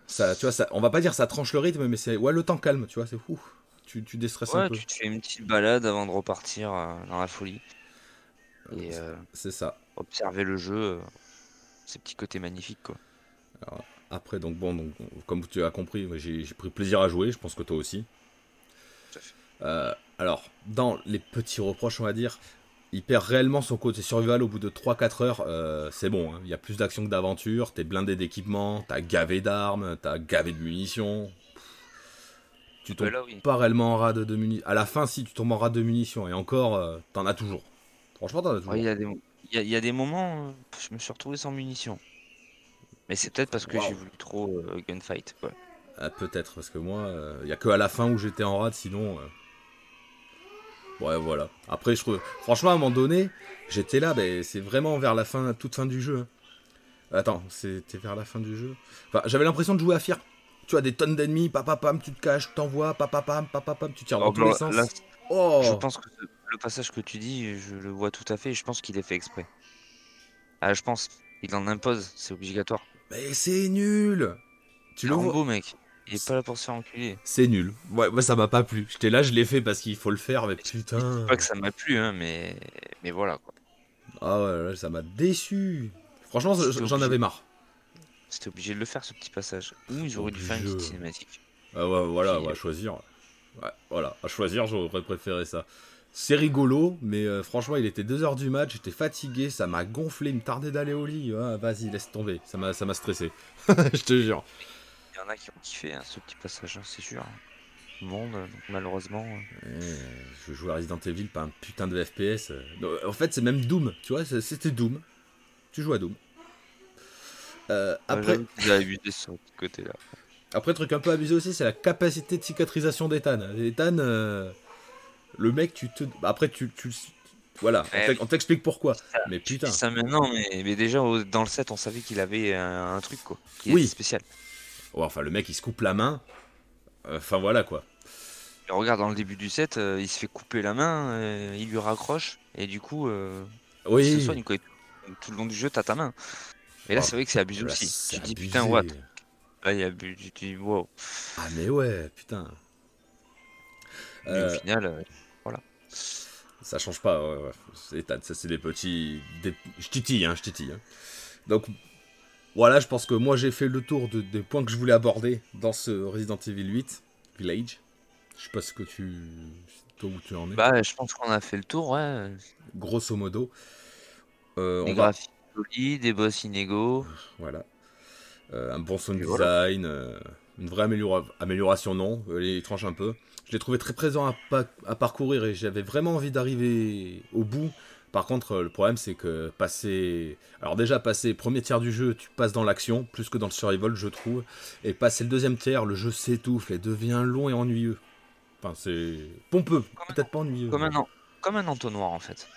[SPEAKER 1] ça, tu vois, ça, on va pas dire ça tranche le rythme, mais c'est ouais le temps calme, tu vois, c'est fou. Tu, tu déstresses un
[SPEAKER 2] Ouais,
[SPEAKER 1] peu.
[SPEAKER 2] tu te fais une petite balade avant de repartir euh, dans la folie. Et euh,
[SPEAKER 1] C'est ça.
[SPEAKER 2] observer le jeu, euh, ces petits côtés magnifiques, quoi.
[SPEAKER 1] Après, donc bon, donc, comme tu as compris, moi, j'ai j'ai pris plaisir à jouer, je pense que toi aussi.
[SPEAKER 2] Tout à fait.
[SPEAKER 1] Euh, alors, dans les petits reproches, on va dire, il perd réellement son côté survival au bout de 3-4 heures. euh, c'est bon, hein, il y a plus d'action que d'aventure, t'es blindé d'équipement, t'as gavé d'armes, t'as gavé de munitions. Pff, tu tombes
[SPEAKER 2] Ouais, là, oui.
[SPEAKER 1] pas réellement en rade de munitions. À la fin, si tu tombes en rade de munitions, et encore, euh, t'en as toujours. Franchement, t'en as toujours.
[SPEAKER 2] Ouais, Il y, a des mo- il y a- il y a des moments, euh, je me suis retrouvé sans munitions. Mais c'est peut-être parce que
[SPEAKER 1] Wow.
[SPEAKER 2] j'ai voulu trop euh, gunfight. Quoi.
[SPEAKER 1] Ah, Peut-être, parce que moi, il n'y a que à la fin où j'étais en rade, sinon. euh, Ouais, voilà. Après, je trouve. Franchement, à un moment donné, j'étais là, ben, c'est vraiment vers la fin, toute fin du jeu. hein. Attends, c'était vers la fin du jeu. Enfin, j'avais l'impression de jouer à Fire. Tu as des tonnes d'ennemis, papa pam, tu te caches, t'envoies, papa pam, papa pam, tu tires dans
[SPEAKER 2] Alors,
[SPEAKER 1] tous les
[SPEAKER 2] là-
[SPEAKER 1] sens.
[SPEAKER 2] là,
[SPEAKER 1] oh
[SPEAKER 2] Je pense que ce- le passage que tu dis, je le vois tout à fait. et Je pense qu'il est fait exprès. Ah, je pense. Il en impose. C'est obligatoire.
[SPEAKER 1] Mais c'est nul Tu le vois
[SPEAKER 2] Rambo, mec. Il est pas là pour se faire enculer.
[SPEAKER 1] C'est nul. Ouais, moi, ça m'a pas plu. J'étais là, je l'ai fait parce qu'il faut le faire, mais putain.
[SPEAKER 2] Pas que ça m'a plu, hein, mais mais voilà. quoi.
[SPEAKER 1] Ah ouais, là, ça m'a déçu. Franchement,
[SPEAKER 2] J'étais
[SPEAKER 1] j'en
[SPEAKER 2] obligé.
[SPEAKER 1] avais marre.
[SPEAKER 2] C'était obligé de le faire ce petit passage. Ou ils auraient dû faire une
[SPEAKER 1] Obligé.
[SPEAKER 2] petite cinématique.
[SPEAKER 1] Ah ouais, voilà,
[SPEAKER 2] Puis,
[SPEAKER 1] ouais,
[SPEAKER 2] euh,
[SPEAKER 1] à choisir. Ouais, voilà, à choisir, j'aurais préféré ça. C'est rigolo, mais euh, franchement, il était 2h du match, j'étais fatigué, ça m'a gonflé, il me tardait d'aller au lit. Ah, Vas-y, laisse tomber, ça m'a ça m'a stressé. Je te jure.
[SPEAKER 2] Il y en a qui ont kiffé hein, ce petit passage, hein, c'est sûr. Tout le monde, euh, donc, malheureusement. euh,
[SPEAKER 1] Eh, je joue à Resident Evil, pas un putain de FPS. euh. Non, En fait, c'est même Doom, tu vois, c'est- c'était Doom. Tu joues à Doom. Euh, après,
[SPEAKER 2] j'avoue qu'ils avaient abusé sur ce côté-là.
[SPEAKER 1] Après, truc un peu abusé aussi, c'est la capacité de cicatrisation d'Ethan. Ethan, euh, le mec, tu te. bah, Après, tu. tu- Voilà, on
[SPEAKER 2] Ouais.
[SPEAKER 1] t'ex- on t'explique pourquoi. Mais
[SPEAKER 2] Je
[SPEAKER 1] putain,
[SPEAKER 2] dis ça maintenant, mais, mais déjà au- dans le set, on savait qu'il avait un, un truc quoi. Qu'il
[SPEAKER 1] Oui.
[SPEAKER 2] était spécial.
[SPEAKER 1] Ouais, enfin, le mec, il se coupe la main. Euh, Enfin, voilà quoi.
[SPEAKER 2] Et regarde, dans le début du set, euh, il se fait couper la main, euh, il lui raccroche, et du coup, euh, il se
[SPEAKER 1] Oui,
[SPEAKER 2] soigne. Quoi. Donc, Tout le long du jeu, t'as ta main. Et là,
[SPEAKER 1] Ah,
[SPEAKER 2] c'est vrai que c'est abusé
[SPEAKER 1] Là,
[SPEAKER 2] aussi.
[SPEAKER 1] c'est
[SPEAKER 2] Tu te dis
[SPEAKER 1] abusé.
[SPEAKER 2] putain, what Là, il y a abus- tu te dis wow.
[SPEAKER 1] Ah, mais ouais, putain.
[SPEAKER 2] Mais
[SPEAKER 1] Euh,
[SPEAKER 2] au final, euh,
[SPEAKER 1] Ça change pas, ouais, ouais. C'est Ethan, ça c'est des petits... des- Je titille, hein, je titille. hein. Donc, voilà, je pense que moi j'ai fait le tour de- des points que je voulais aborder dans ce Resident Evil 8, Village. Je sais pas ce que tu... Toi où tu en es,
[SPEAKER 2] bah, je pense qu'on a fait le tour. Ouais.
[SPEAKER 1] grosso modo. Euh,
[SPEAKER 2] Des
[SPEAKER 1] on va...
[SPEAKER 2] graphiques solides, des boss inégaux.
[SPEAKER 1] Voilà. Euh, un bon sound
[SPEAKER 2] Et voilà.
[SPEAKER 1] design, euh, une vraie améliora- amélioration, non, euh, les tranches un peu. Je l'ai trouvé très présent à, pa- à parcourir et j'avais vraiment envie d'arriver au bout. Par contre, euh, le problème, c'est que passer. Alors, déjà, passer premier tiers du jeu, tu passes dans l'action, plus que dans le survival, je trouve. Et passer le deuxième tiers, le jeu s'étouffe et devient long et ennuyeux. Enfin, c'est. Pompeux,
[SPEAKER 2] Comme un-
[SPEAKER 1] peut-être pas ennuyeux.
[SPEAKER 2] Comme un, en- comme un entonnoir en fait.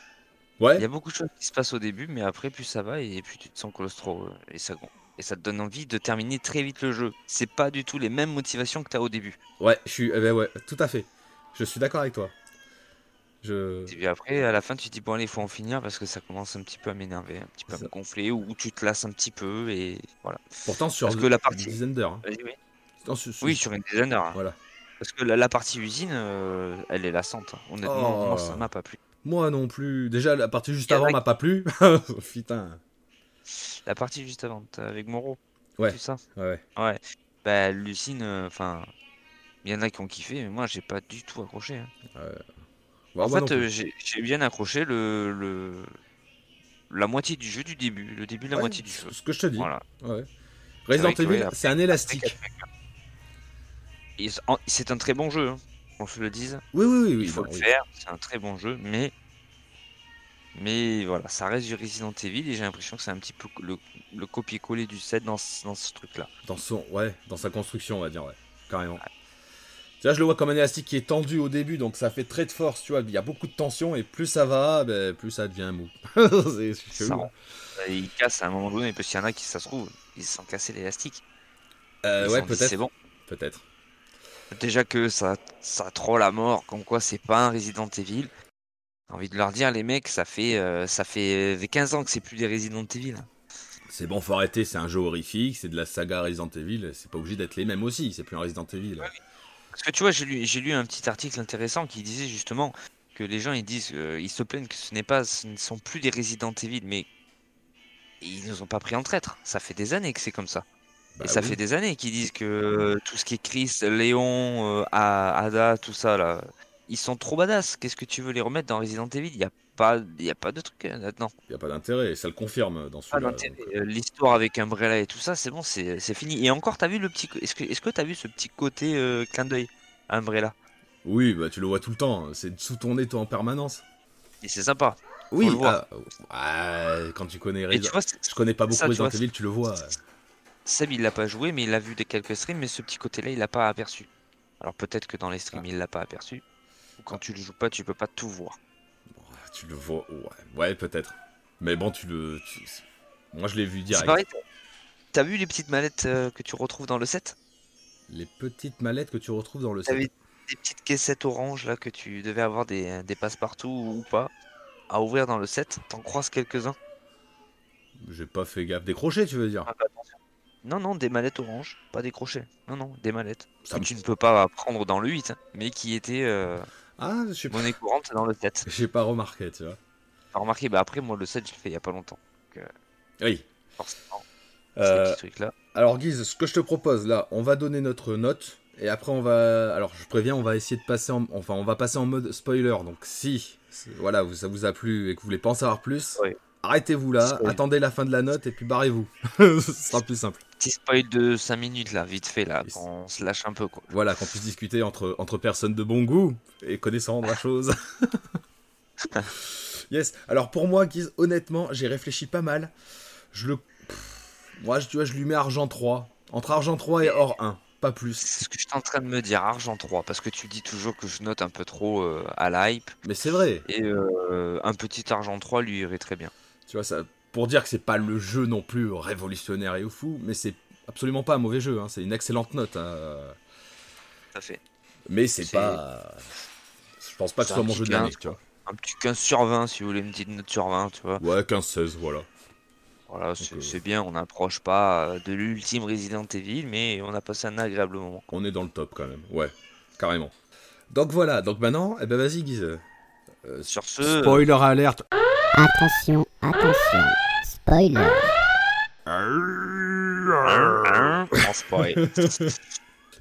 [SPEAKER 2] Il y
[SPEAKER 1] Ouais,
[SPEAKER 2] a beaucoup de choses qui se passent au début, mais après, plus ça va et plus tu te sens claustro. euh, Et ça, gon- et ça te donne envie de terminer très vite le jeu. C'est pas du tout les mêmes motivations que t'as au début.
[SPEAKER 1] ouais, je suis. eh ben ouais, tout à fait. Je suis d'accord avec toi. Je.
[SPEAKER 2] Et puis après, à la fin, tu te dis, bon, allez, faut en finir parce que ça commence un petit peu à m'énerver, un petit peu à
[SPEAKER 1] Ça.
[SPEAKER 2] me gonfler, ou ou tu te lasses un petit peu, et voilà.
[SPEAKER 1] Pourtant, sur
[SPEAKER 2] Parce que la
[SPEAKER 1] une
[SPEAKER 2] partie.
[SPEAKER 1] dizaine d'heures. hein.
[SPEAKER 2] Vas-y, oui.
[SPEAKER 1] Non, sur- sur-
[SPEAKER 2] Oui, sur une dizaine d'heures, hein.
[SPEAKER 1] Voilà.
[SPEAKER 2] Parce que la, la partie usine, euh, elle est lassante. hein. Honnêtement,
[SPEAKER 1] Oh.
[SPEAKER 2] moi, ça m'a pas plu.
[SPEAKER 1] Moi non plus. Déjà, la partie juste
[SPEAKER 2] Y en
[SPEAKER 1] avant
[SPEAKER 2] a
[SPEAKER 1] m'a pas plu. Putain.
[SPEAKER 2] La partie juste avant, t'as- avec Moreau,
[SPEAKER 1] Ouais.
[SPEAKER 2] tout ça.
[SPEAKER 1] Ouais, ouais.
[SPEAKER 2] Bah, Lucine, enfin, il y en a qui ont kiffé, mais moi, j'ai pas du tout accroché. hein.
[SPEAKER 1] Bah,
[SPEAKER 2] en
[SPEAKER 1] moi non
[SPEAKER 2] fait,
[SPEAKER 1] plus.
[SPEAKER 2] euh, j'ai j'ai bien accroché le, le- la moitié du jeu du début, le début de la
[SPEAKER 1] Ouais,
[SPEAKER 2] moitié du
[SPEAKER 1] c'est
[SPEAKER 2] jeu.
[SPEAKER 1] Ce que je te dis.
[SPEAKER 2] Voilà.
[SPEAKER 1] Ouais. Resident
[SPEAKER 2] Avec, ouais,
[SPEAKER 1] Evil,
[SPEAKER 2] après-
[SPEAKER 1] c'est un élastique.
[SPEAKER 2] Et c'est- en- C'est un très bon jeu, hein, qu'on se le dise.
[SPEAKER 1] Oui, oui, oui. oui,
[SPEAKER 2] il faut
[SPEAKER 1] non,
[SPEAKER 2] le
[SPEAKER 1] oui.
[SPEAKER 2] faire, c'est un très bon jeu, mais mais voilà, ça reste du Resident Evil et j'ai l'impression que c'est un petit peu le, le copier-coller du 7 dans, ce- dans ce truc-là.
[SPEAKER 1] Dans son, ouais, dans sa construction, on va dire, ouais, carrément. Tu vois, je le vois comme un élastique qui est tendu au début, donc ça fait très de force, tu vois. Il y a beaucoup de tension et plus ça va, ben, plus ça devient mou. c'est c'est
[SPEAKER 2] Ça
[SPEAKER 1] chelou.
[SPEAKER 2] rend- Et Il casse à un moment donné parce qu'il y en a qui, ça se trouve, ils se sont cassés l'élastique.
[SPEAKER 1] Euh,
[SPEAKER 2] Ils se
[SPEAKER 1] ouais,
[SPEAKER 2] sont dit, C'est
[SPEAKER 1] peut-être,
[SPEAKER 2] bon.
[SPEAKER 1] peut-être.
[SPEAKER 2] Déjà que ça, ça troll à mort, comme quoi c'est pas un Resident Evil. J'ai envie de leur dire, les mecs, ça fait, euh, ça fait 15 ans que c'est plus des Resident Evil.
[SPEAKER 1] C'est bon, faut arrêter. C'est un jeu horrifique, c'est de la saga Resident Evil. C'est pas obligé d'être les mêmes aussi. C'est plus un Resident Evil.
[SPEAKER 2] Parce que tu vois, j'ai lu, j'ai lu un petit article intéressant qui disait justement que les gens ils disent, euh, ils se plaignent que ce n'est pas, ce ne sont plus des Resident Evil, mais ils nous ont pas pris en traître. Ça fait des années que c'est comme ça.
[SPEAKER 1] Bah
[SPEAKER 2] Et ça
[SPEAKER 1] oui.
[SPEAKER 2] fait des années qu'ils disent que euh, tout ce qui est Chris, Léon, euh, A- Ada, tout ça là, ils sont trop badass. Qu'est-ce que tu veux les remettre dans Resident Evil Il y a pas, il y a pas de truc euh, là-dedans.
[SPEAKER 1] Il n'y a pas d'intérêt, et ça le confirme dans
[SPEAKER 2] Pas
[SPEAKER 1] celui-là.
[SPEAKER 2] d'intérêt.
[SPEAKER 1] donc, euh,
[SPEAKER 2] Euh, L'histoire avec Umbrella et tout ça, c'est bon, c'est c'est fini. Et encore, t'as vu le petit, co- est-ce que, est-ce que t'as vu ce petit côté euh, clin d'œil Umbrella.
[SPEAKER 1] Oui, bah tu le vois tout le temps, c'est sous ton nez toi en permanence.
[SPEAKER 2] Et c'est sympa.
[SPEAKER 1] Oui,
[SPEAKER 2] le voit.
[SPEAKER 1] ah, ah, quand tu connais
[SPEAKER 2] Et
[SPEAKER 1] Resident
[SPEAKER 2] tu vois, c'est-
[SPEAKER 1] je connais pas beaucoup
[SPEAKER 2] ça, tu
[SPEAKER 1] Resident
[SPEAKER 2] vois,
[SPEAKER 1] Evil, tu le vois.
[SPEAKER 2] Seb il l'a pas joué, mais il l'a vu des quelques streams, mais ce petit côté-là il l'a pas aperçu. Alors peut-être que dans les streams il l'a pas aperçu. Ou Quand tu le joues pas, tu peux pas tout voir.
[SPEAKER 1] Ah, Tu le vois, ouais, ouais, peut-être. Mais bon, tu le. tu- Moi je l'ai vu
[SPEAKER 2] C'est
[SPEAKER 1] direct.
[SPEAKER 2] pareil. t'as- T'as vu les petites mallettes euh, que tu retrouves dans le set
[SPEAKER 1] Les petites mallettes que tu retrouves dans le
[SPEAKER 2] T'as
[SPEAKER 1] set.
[SPEAKER 2] vu des petites caissettes oranges là que tu devais avoir des, euh, des passe-partout ou pas à ouvrir dans le set T'en croises quelques-uns
[SPEAKER 1] J'ai pas fait gaffe. Des crochets, tu veux dire
[SPEAKER 2] Ah bah, attention. Non, non, des mallettes oranges, pas des crochets. Non, non, des mallettes.
[SPEAKER 1] Ça
[SPEAKER 2] que
[SPEAKER 1] me-
[SPEAKER 2] tu ne peux pas prendre dans le 8, hein, mais qui étaient euh,
[SPEAKER 1] Ah, je sais pas.
[SPEAKER 2] monnaie courante dans le set.
[SPEAKER 1] J'ai pas remarqué, tu vois.
[SPEAKER 2] T'as remarqué, bah après, moi le set, je l'ai fait il y a pas longtemps.
[SPEAKER 1] Oui.
[SPEAKER 2] Forcément,
[SPEAKER 1] Euh,
[SPEAKER 2] ces petits trucs-là.
[SPEAKER 1] Alors Guise, ce que je te propose là, on va donner notre note et après on va, alors je préviens, on va essayer de passer en, enfin on va passer en mode spoiler. Donc si, c'est- voilà, vous- ça vous a plu et que vous voulez pas en savoir plus,
[SPEAKER 2] Oui.
[SPEAKER 1] arrêtez-vous là,
[SPEAKER 2] Oui.
[SPEAKER 1] attendez la fin de la note et puis barrez-vous. Ce sera plus simple.
[SPEAKER 2] Petit spoil de 5 minutes là, vite fait là,
[SPEAKER 1] Yes.
[SPEAKER 2] quand on se lâche un peu quoi.
[SPEAKER 1] Voilà, qu'on puisse discuter entre entre personnes de bon goût et connaissant la chose. yes. Alors pour moi, Guise, honnêtement, j'ai réfléchi pas mal. Je le, Pff, moi, je, tu vois, je lui mets argent 3. entre argent 3 et or 1, pas plus.
[SPEAKER 2] C'est ce que je suis en train de me dire, Argent 3, parce que tu dis toujours que je note un peu trop euh, à la hype,
[SPEAKER 1] Mais c'est vrai.
[SPEAKER 2] et euh, un petit Argent 3 lui irait très bien.
[SPEAKER 1] Tu vois, ça, pour dire que c'est pas le jeu non plus révolutionnaire et au fou, mais c'est absolument pas un mauvais jeu. hein, C'est une excellente note. hein.
[SPEAKER 2] Ça fait.
[SPEAKER 1] Mais c'est
[SPEAKER 2] C'est-
[SPEAKER 1] pas. Je pense pas que ce
[SPEAKER 2] C'est
[SPEAKER 1] soit
[SPEAKER 2] un
[SPEAKER 1] mon
[SPEAKER 2] petit
[SPEAKER 1] jeu de
[SPEAKER 2] 15,
[SPEAKER 1] l'année, tu vois.
[SPEAKER 2] Un petit 15 sur 20 si vous voulez, une petite note sur 20, tu vois.
[SPEAKER 1] Ouais, 15-16, voilà.
[SPEAKER 2] Voilà, c'est
[SPEAKER 1] euh,
[SPEAKER 2] c'est bien, on n'approche pas euh, de l'ultime Resident Evil, mais on a passé un agréable moment.
[SPEAKER 1] On est dans le top quand même. Ouais, carrément. Donc voilà, donc maintenant, eh ben vas-y Guise. Euh,
[SPEAKER 2] Sur ce,
[SPEAKER 1] Spoiler alerte.
[SPEAKER 3] Attention, attention. Spoiler.
[SPEAKER 2] Hein On spoil.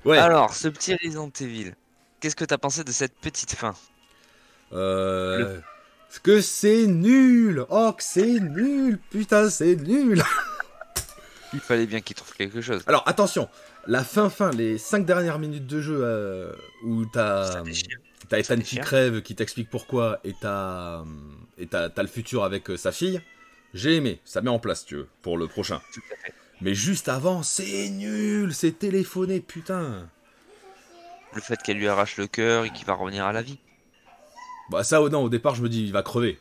[SPEAKER 1] Ouais.
[SPEAKER 2] Alors, ce petit Resident Evil, qu'est-ce que t'as pensé de cette petite fin
[SPEAKER 1] Euh... Que c'est nul Oh, que c'est nul Putain, c'est nul
[SPEAKER 2] Il fallait bien qu'il trouve quelque chose.
[SPEAKER 1] Alors attention, la fin fin, les 5 dernières minutes de jeu euh, où
[SPEAKER 2] Ça
[SPEAKER 1] t'as
[SPEAKER 2] déchire.
[SPEAKER 1] t'as Ethan qui
[SPEAKER 2] déchire.
[SPEAKER 1] crève, qui t'explique pourquoi, et t'as hum, et t'as t'as le futur avec euh, sa fille. J'ai aimé, ça met en place, tu veux, pour le prochain.
[SPEAKER 2] Tout à fait.
[SPEAKER 1] Mais juste avant, c'est nul, c'est téléphoné, putain.
[SPEAKER 2] Le fait qu'elle lui arrache le cœur et qu'il va revenir à la vie.
[SPEAKER 1] Bah ça, au- non, au départ, je me dis, il va crever.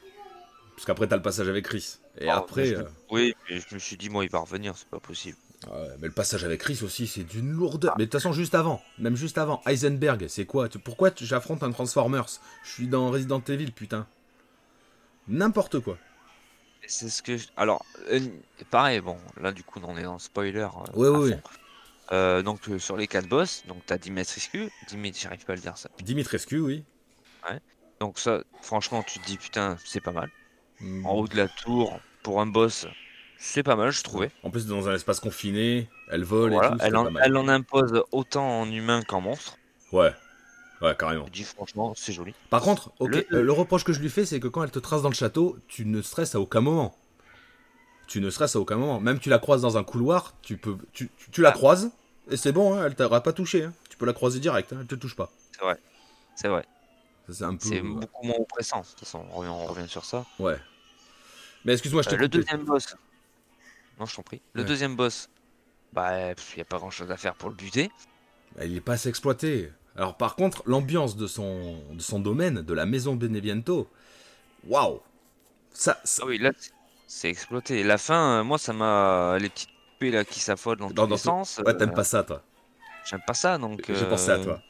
[SPEAKER 1] Parce qu'après, t'as le passage avec Chris. Et
[SPEAKER 2] Ah, mais
[SPEAKER 1] après...
[SPEAKER 2] je-
[SPEAKER 1] euh,
[SPEAKER 2] Oui, mais je me suis dit, moi, il va revenir, c'est pas possible.
[SPEAKER 1] Ouais, mais le passage avec Chris aussi, c'est d'une
[SPEAKER 2] Ah.
[SPEAKER 1] lourdeur. Mais de toute façon, juste avant, même juste avant, Heisenberg, c'est quoi tu, Pourquoi tu- j'affronte un Transformers Je suis dans Resident Evil, putain. N'importe quoi.
[SPEAKER 2] Et C'est ce que. je- Alors, euh, pareil, bon, là, du coup, on est dans le spoiler. euh,
[SPEAKER 1] Ouais,
[SPEAKER 2] à
[SPEAKER 1] ouais,
[SPEAKER 2] fond. Euh, donc, euh, sur les quatre boss, donc t'as Dimitrescu. Dimitri, j'arrive pas à le dire ça.
[SPEAKER 1] Dimitrescu, oui.
[SPEAKER 2] Donc, ça, franchement, tu te dis, putain, c'est pas mal.
[SPEAKER 1] Mm.
[SPEAKER 2] En haut de la tour, pour un boss, c'est pas mal, je trouvais.
[SPEAKER 1] En plus, dans un espace confiné, elle vole et
[SPEAKER 2] Voilà,
[SPEAKER 1] tout, c'est
[SPEAKER 2] elle,
[SPEAKER 1] pas
[SPEAKER 2] en,
[SPEAKER 1] mal.
[SPEAKER 2] elle en impose autant en humain qu'en monstre.
[SPEAKER 1] Ouais, ouais, carrément.
[SPEAKER 2] Je dis, franchement, c'est joli.
[SPEAKER 1] Par contre, ok, euh,
[SPEAKER 2] Le-
[SPEAKER 1] le... reproche que je lui fais, c'est que quand elle te trace dans le château, tu ne stresses à aucun moment. Tu ne stresses à aucun moment. Même tu la croises dans un couloir, tu peux, tu, tu- tu la
[SPEAKER 2] Ah.
[SPEAKER 1] croises et c'est bon, hein, elle t'aura pas touché. hein. Tu peux la croiser direct, hein, elle te touche pas.
[SPEAKER 2] C'est vrai.
[SPEAKER 1] Ça, C'est un peu. euh,
[SPEAKER 2] C'est beaucoup moins oppressant. De toute façon, on revient, on revient sur ça.
[SPEAKER 1] Ouais. Mais excuse-moi, je t'ai
[SPEAKER 2] Euh, le
[SPEAKER 1] coupé.
[SPEAKER 2] deuxième boss. Non, je t'en prie. Le
[SPEAKER 1] Ouais.
[SPEAKER 2] deuxième boss. Bah, il n'y a pas grand chose à faire pour le buter.
[SPEAKER 1] Il est pas assez exploité. Alors par contre, l'ambiance de son, de son domaine, de la maison Beneviento, waouh ça, ça-
[SPEAKER 2] Ah oui, là, c'est- c'est exploité. Et la fin, euh, moi, ça m'a. Les petites poupées là, qui s'affolent dans,
[SPEAKER 1] Dans-
[SPEAKER 2] tous
[SPEAKER 1] dans
[SPEAKER 2] les
[SPEAKER 1] tout-
[SPEAKER 2] sens.
[SPEAKER 1] Ouais,
[SPEAKER 2] euh,
[SPEAKER 1] t'aimes pas ça, toi.
[SPEAKER 2] J'aime pas ça, donc.
[SPEAKER 1] J'ai
[SPEAKER 2] euh,
[SPEAKER 1] pensé à toi.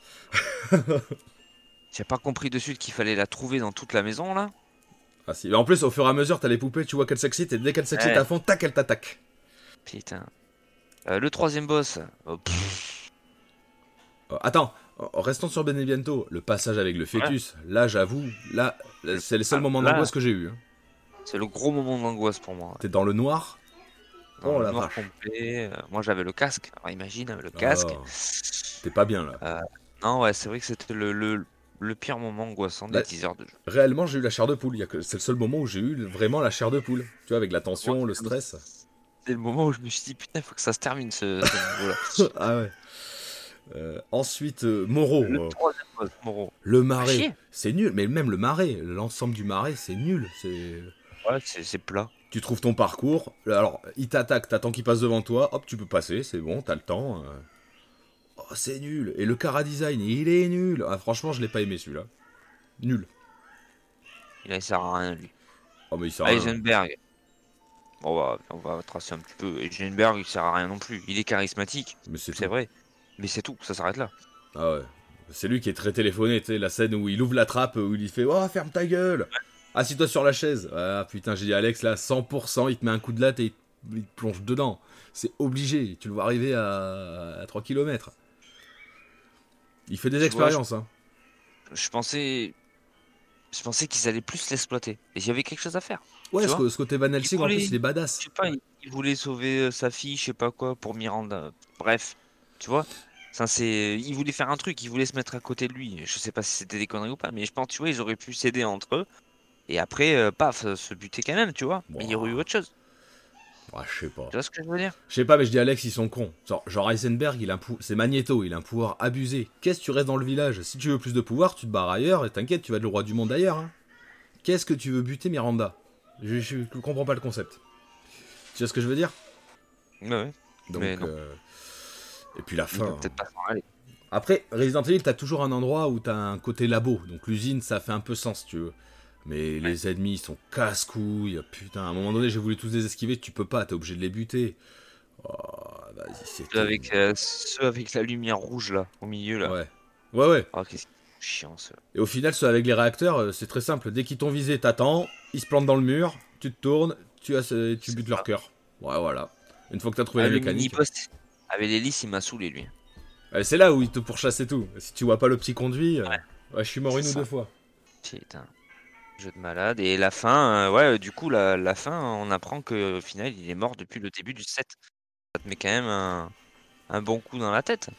[SPEAKER 2] J'ai pas compris de suite qu'il fallait la trouver dans toute la maison, là.
[SPEAKER 1] Ah, si. Mais En plus, au fur et à mesure, t'as les poupées, tu vois qu'elles s'excitent, et dès qu'elles s'excitent
[SPEAKER 2] Ouais.
[SPEAKER 1] à fond, tac, elles t'attaquent.
[SPEAKER 2] Putain. Euh, le troisième boss. euh, pff,
[SPEAKER 1] Euh, attends, en- restons sur Beneviento, le passage avec le fœtus, là j'avoue, là, là, c'est le seul
[SPEAKER 2] Ah,
[SPEAKER 1] moment
[SPEAKER 2] là.
[SPEAKER 1] d'angoisse que j'ai eu. hein.
[SPEAKER 2] c'est le gros moment d'angoisse pour moi.
[SPEAKER 1] T'es dans le noir
[SPEAKER 2] Dans
[SPEAKER 1] Oh
[SPEAKER 2] le
[SPEAKER 1] la
[SPEAKER 2] noir
[SPEAKER 1] vache.
[SPEAKER 2] complet, euh, moi, j'avais le casque. Alors, imagine, avec le casque.
[SPEAKER 1] Oh, T'es pas bien là.
[SPEAKER 2] Non, ouais, c'est vrai que c'était le, le, le pire moment angoissant des
[SPEAKER 1] Bah,
[SPEAKER 2] teasers de jeu.
[SPEAKER 1] Réellement, j'ai eu la chair de poule. Il y a que- C'est le seul moment où j'ai eu vraiment la chair de poule. Tu vois, avec la tension, le stress.
[SPEAKER 2] C'est le moment où je me suis dit, putain, faut que ça se termine ce, ce niveau-là.
[SPEAKER 1] ah ouais. Euh, ensuite, euh, Moreau. euh,
[SPEAKER 2] Le troisième boss, Moreau.
[SPEAKER 1] le
[SPEAKER 2] À
[SPEAKER 1] marais,
[SPEAKER 2] chier.
[SPEAKER 1] c'est nul. Mais même le marais, l'ensemble du marais, c'est nul. C'est
[SPEAKER 2] Ouais, c'est c'est plat.
[SPEAKER 1] tu trouves ton parcours. Alors, il t'attaque, t'attends qu'il passe devant toi. Hop, tu peux passer, c'est bon, t'as le temps. euh. Oh, c'est nul. Et le Cara Design, il est nul. Ah, franchement, je l'ai pas aimé celui-là. Nul.
[SPEAKER 2] Il a- il sert à rien, lui.
[SPEAKER 1] Oh, mais il
[SPEAKER 2] Ah,
[SPEAKER 1] sert à rien.
[SPEAKER 2] Heisenberg. Bon, bah, on va tracer un petit peu. Heisenberg, il sert à rien non plus. Il est charismatique,
[SPEAKER 1] Mais c'est
[SPEAKER 2] c'est
[SPEAKER 1] tout.
[SPEAKER 2] vrai. Mais c'est tout, ça s'arrête là.
[SPEAKER 1] Ah ouais. C'est lui qui est très téléphoné, tu sais, la scène où il ouvre la trappe, où il y fait Oh, ferme ta gueule Assis-toi sur la chaise Ah putain, j'ai dit Alex, là, 100%, il te met un coup de latte et il te- il te plonge dedans. C'est obligé, tu le vois arriver à, à 3 km. Il fait des
[SPEAKER 2] Tu vois,
[SPEAKER 1] expériences, hein.
[SPEAKER 2] Je pensais. Je pensais qu'ils allaient plus l'exploiter. Et il y avait quelque chose à faire.
[SPEAKER 1] Ouais,
[SPEAKER 2] tu
[SPEAKER 1] ce,
[SPEAKER 2] vois,
[SPEAKER 1] ce côté Van Helsing, en
[SPEAKER 2] voulait-
[SPEAKER 1] plus, il est badass.
[SPEAKER 2] Je sais pas, il, il voulait sauver euh, sa fille, je sais pas quoi, pour Miranda. Bref, tu vois. Ça, c'est... Il voulait faire un truc, il voulait se mettre à côté de lui. Je sais pas si c'était des conneries ou pas, mais je pense, tu vois, ils auraient pu s'aider entre eux. Et après, euh, paf, se buter quand même, tu vois. Mais il y aurait eu autre chose.
[SPEAKER 1] Ah, je sais pas.
[SPEAKER 2] Tu vois ce que je veux dire
[SPEAKER 1] Je sais pas, mais je dis Alex, ils sont cons. Genre, genre Heisenberg, il a un pou- c'est Magneto, il a un pouvoir abusé. Qu'est-ce que tu restes dans le village Si tu veux plus de pouvoir, tu te barres ailleurs et t'inquiète, tu vas être le roi du monde ailleurs. hein. Qu'est-ce que tu veux buter Miranda je, je comprends pas le concept. Tu vois ce que je veux dire
[SPEAKER 2] Ouais, ouais.
[SPEAKER 1] Donc,
[SPEAKER 2] Mais non.
[SPEAKER 1] euh, Et puis la
[SPEAKER 2] Il va
[SPEAKER 1] fin.
[SPEAKER 2] peut-être pas s'en aller.
[SPEAKER 1] Après, Resident Evil, t'as toujours un endroit où t'as un côté labo. Donc l'usine, ça fait un peu sens, si tu veux. Mais les ennemis, ils sont casse-couilles. Putain, à un moment donné, j'ai voulu tous les esquiver. Tu peux pas, t'es obligé de les buter. Oh, vas-y, c'est
[SPEAKER 2] Ceux avec, euh, ceux avec la lumière rouge là, au milieu là.
[SPEAKER 1] Ouais. Ouais, ouais.
[SPEAKER 2] Ah, qu'est-ce qu'ils sont chiants ceux
[SPEAKER 1] Et au final, ceux avec les réacteurs, euh, c'est très simple. Dès qu'ils t'ont visé, t'attends, ils se plantent dans le mur, tu te tournes, tu, as, euh, tu
[SPEAKER 2] C'est
[SPEAKER 1] butes
[SPEAKER 2] ça.
[SPEAKER 1] leur cœur. Ouais, voilà. Une fois que t'as trouvé
[SPEAKER 2] Ah,
[SPEAKER 1] la
[SPEAKER 2] le
[SPEAKER 1] mécanique.
[SPEAKER 2] mini-boss avec l'hélice, il m'a saoulé lui.
[SPEAKER 1] Euh, c'est là où ils te pourchassent et tout. Si tu vois pas le petit conduit, euh,
[SPEAKER 2] Ouais.
[SPEAKER 1] ouais, je suis mort
[SPEAKER 2] C'est
[SPEAKER 1] une ou
[SPEAKER 2] ça.
[SPEAKER 1] deux fois.
[SPEAKER 2] Putain. Jeu de malade. Et la fin, euh, ouais, du coup, la, la fin, on apprend que au final, il est mort depuis le début du 7. Ça te met quand même un, un bon coup dans la tête.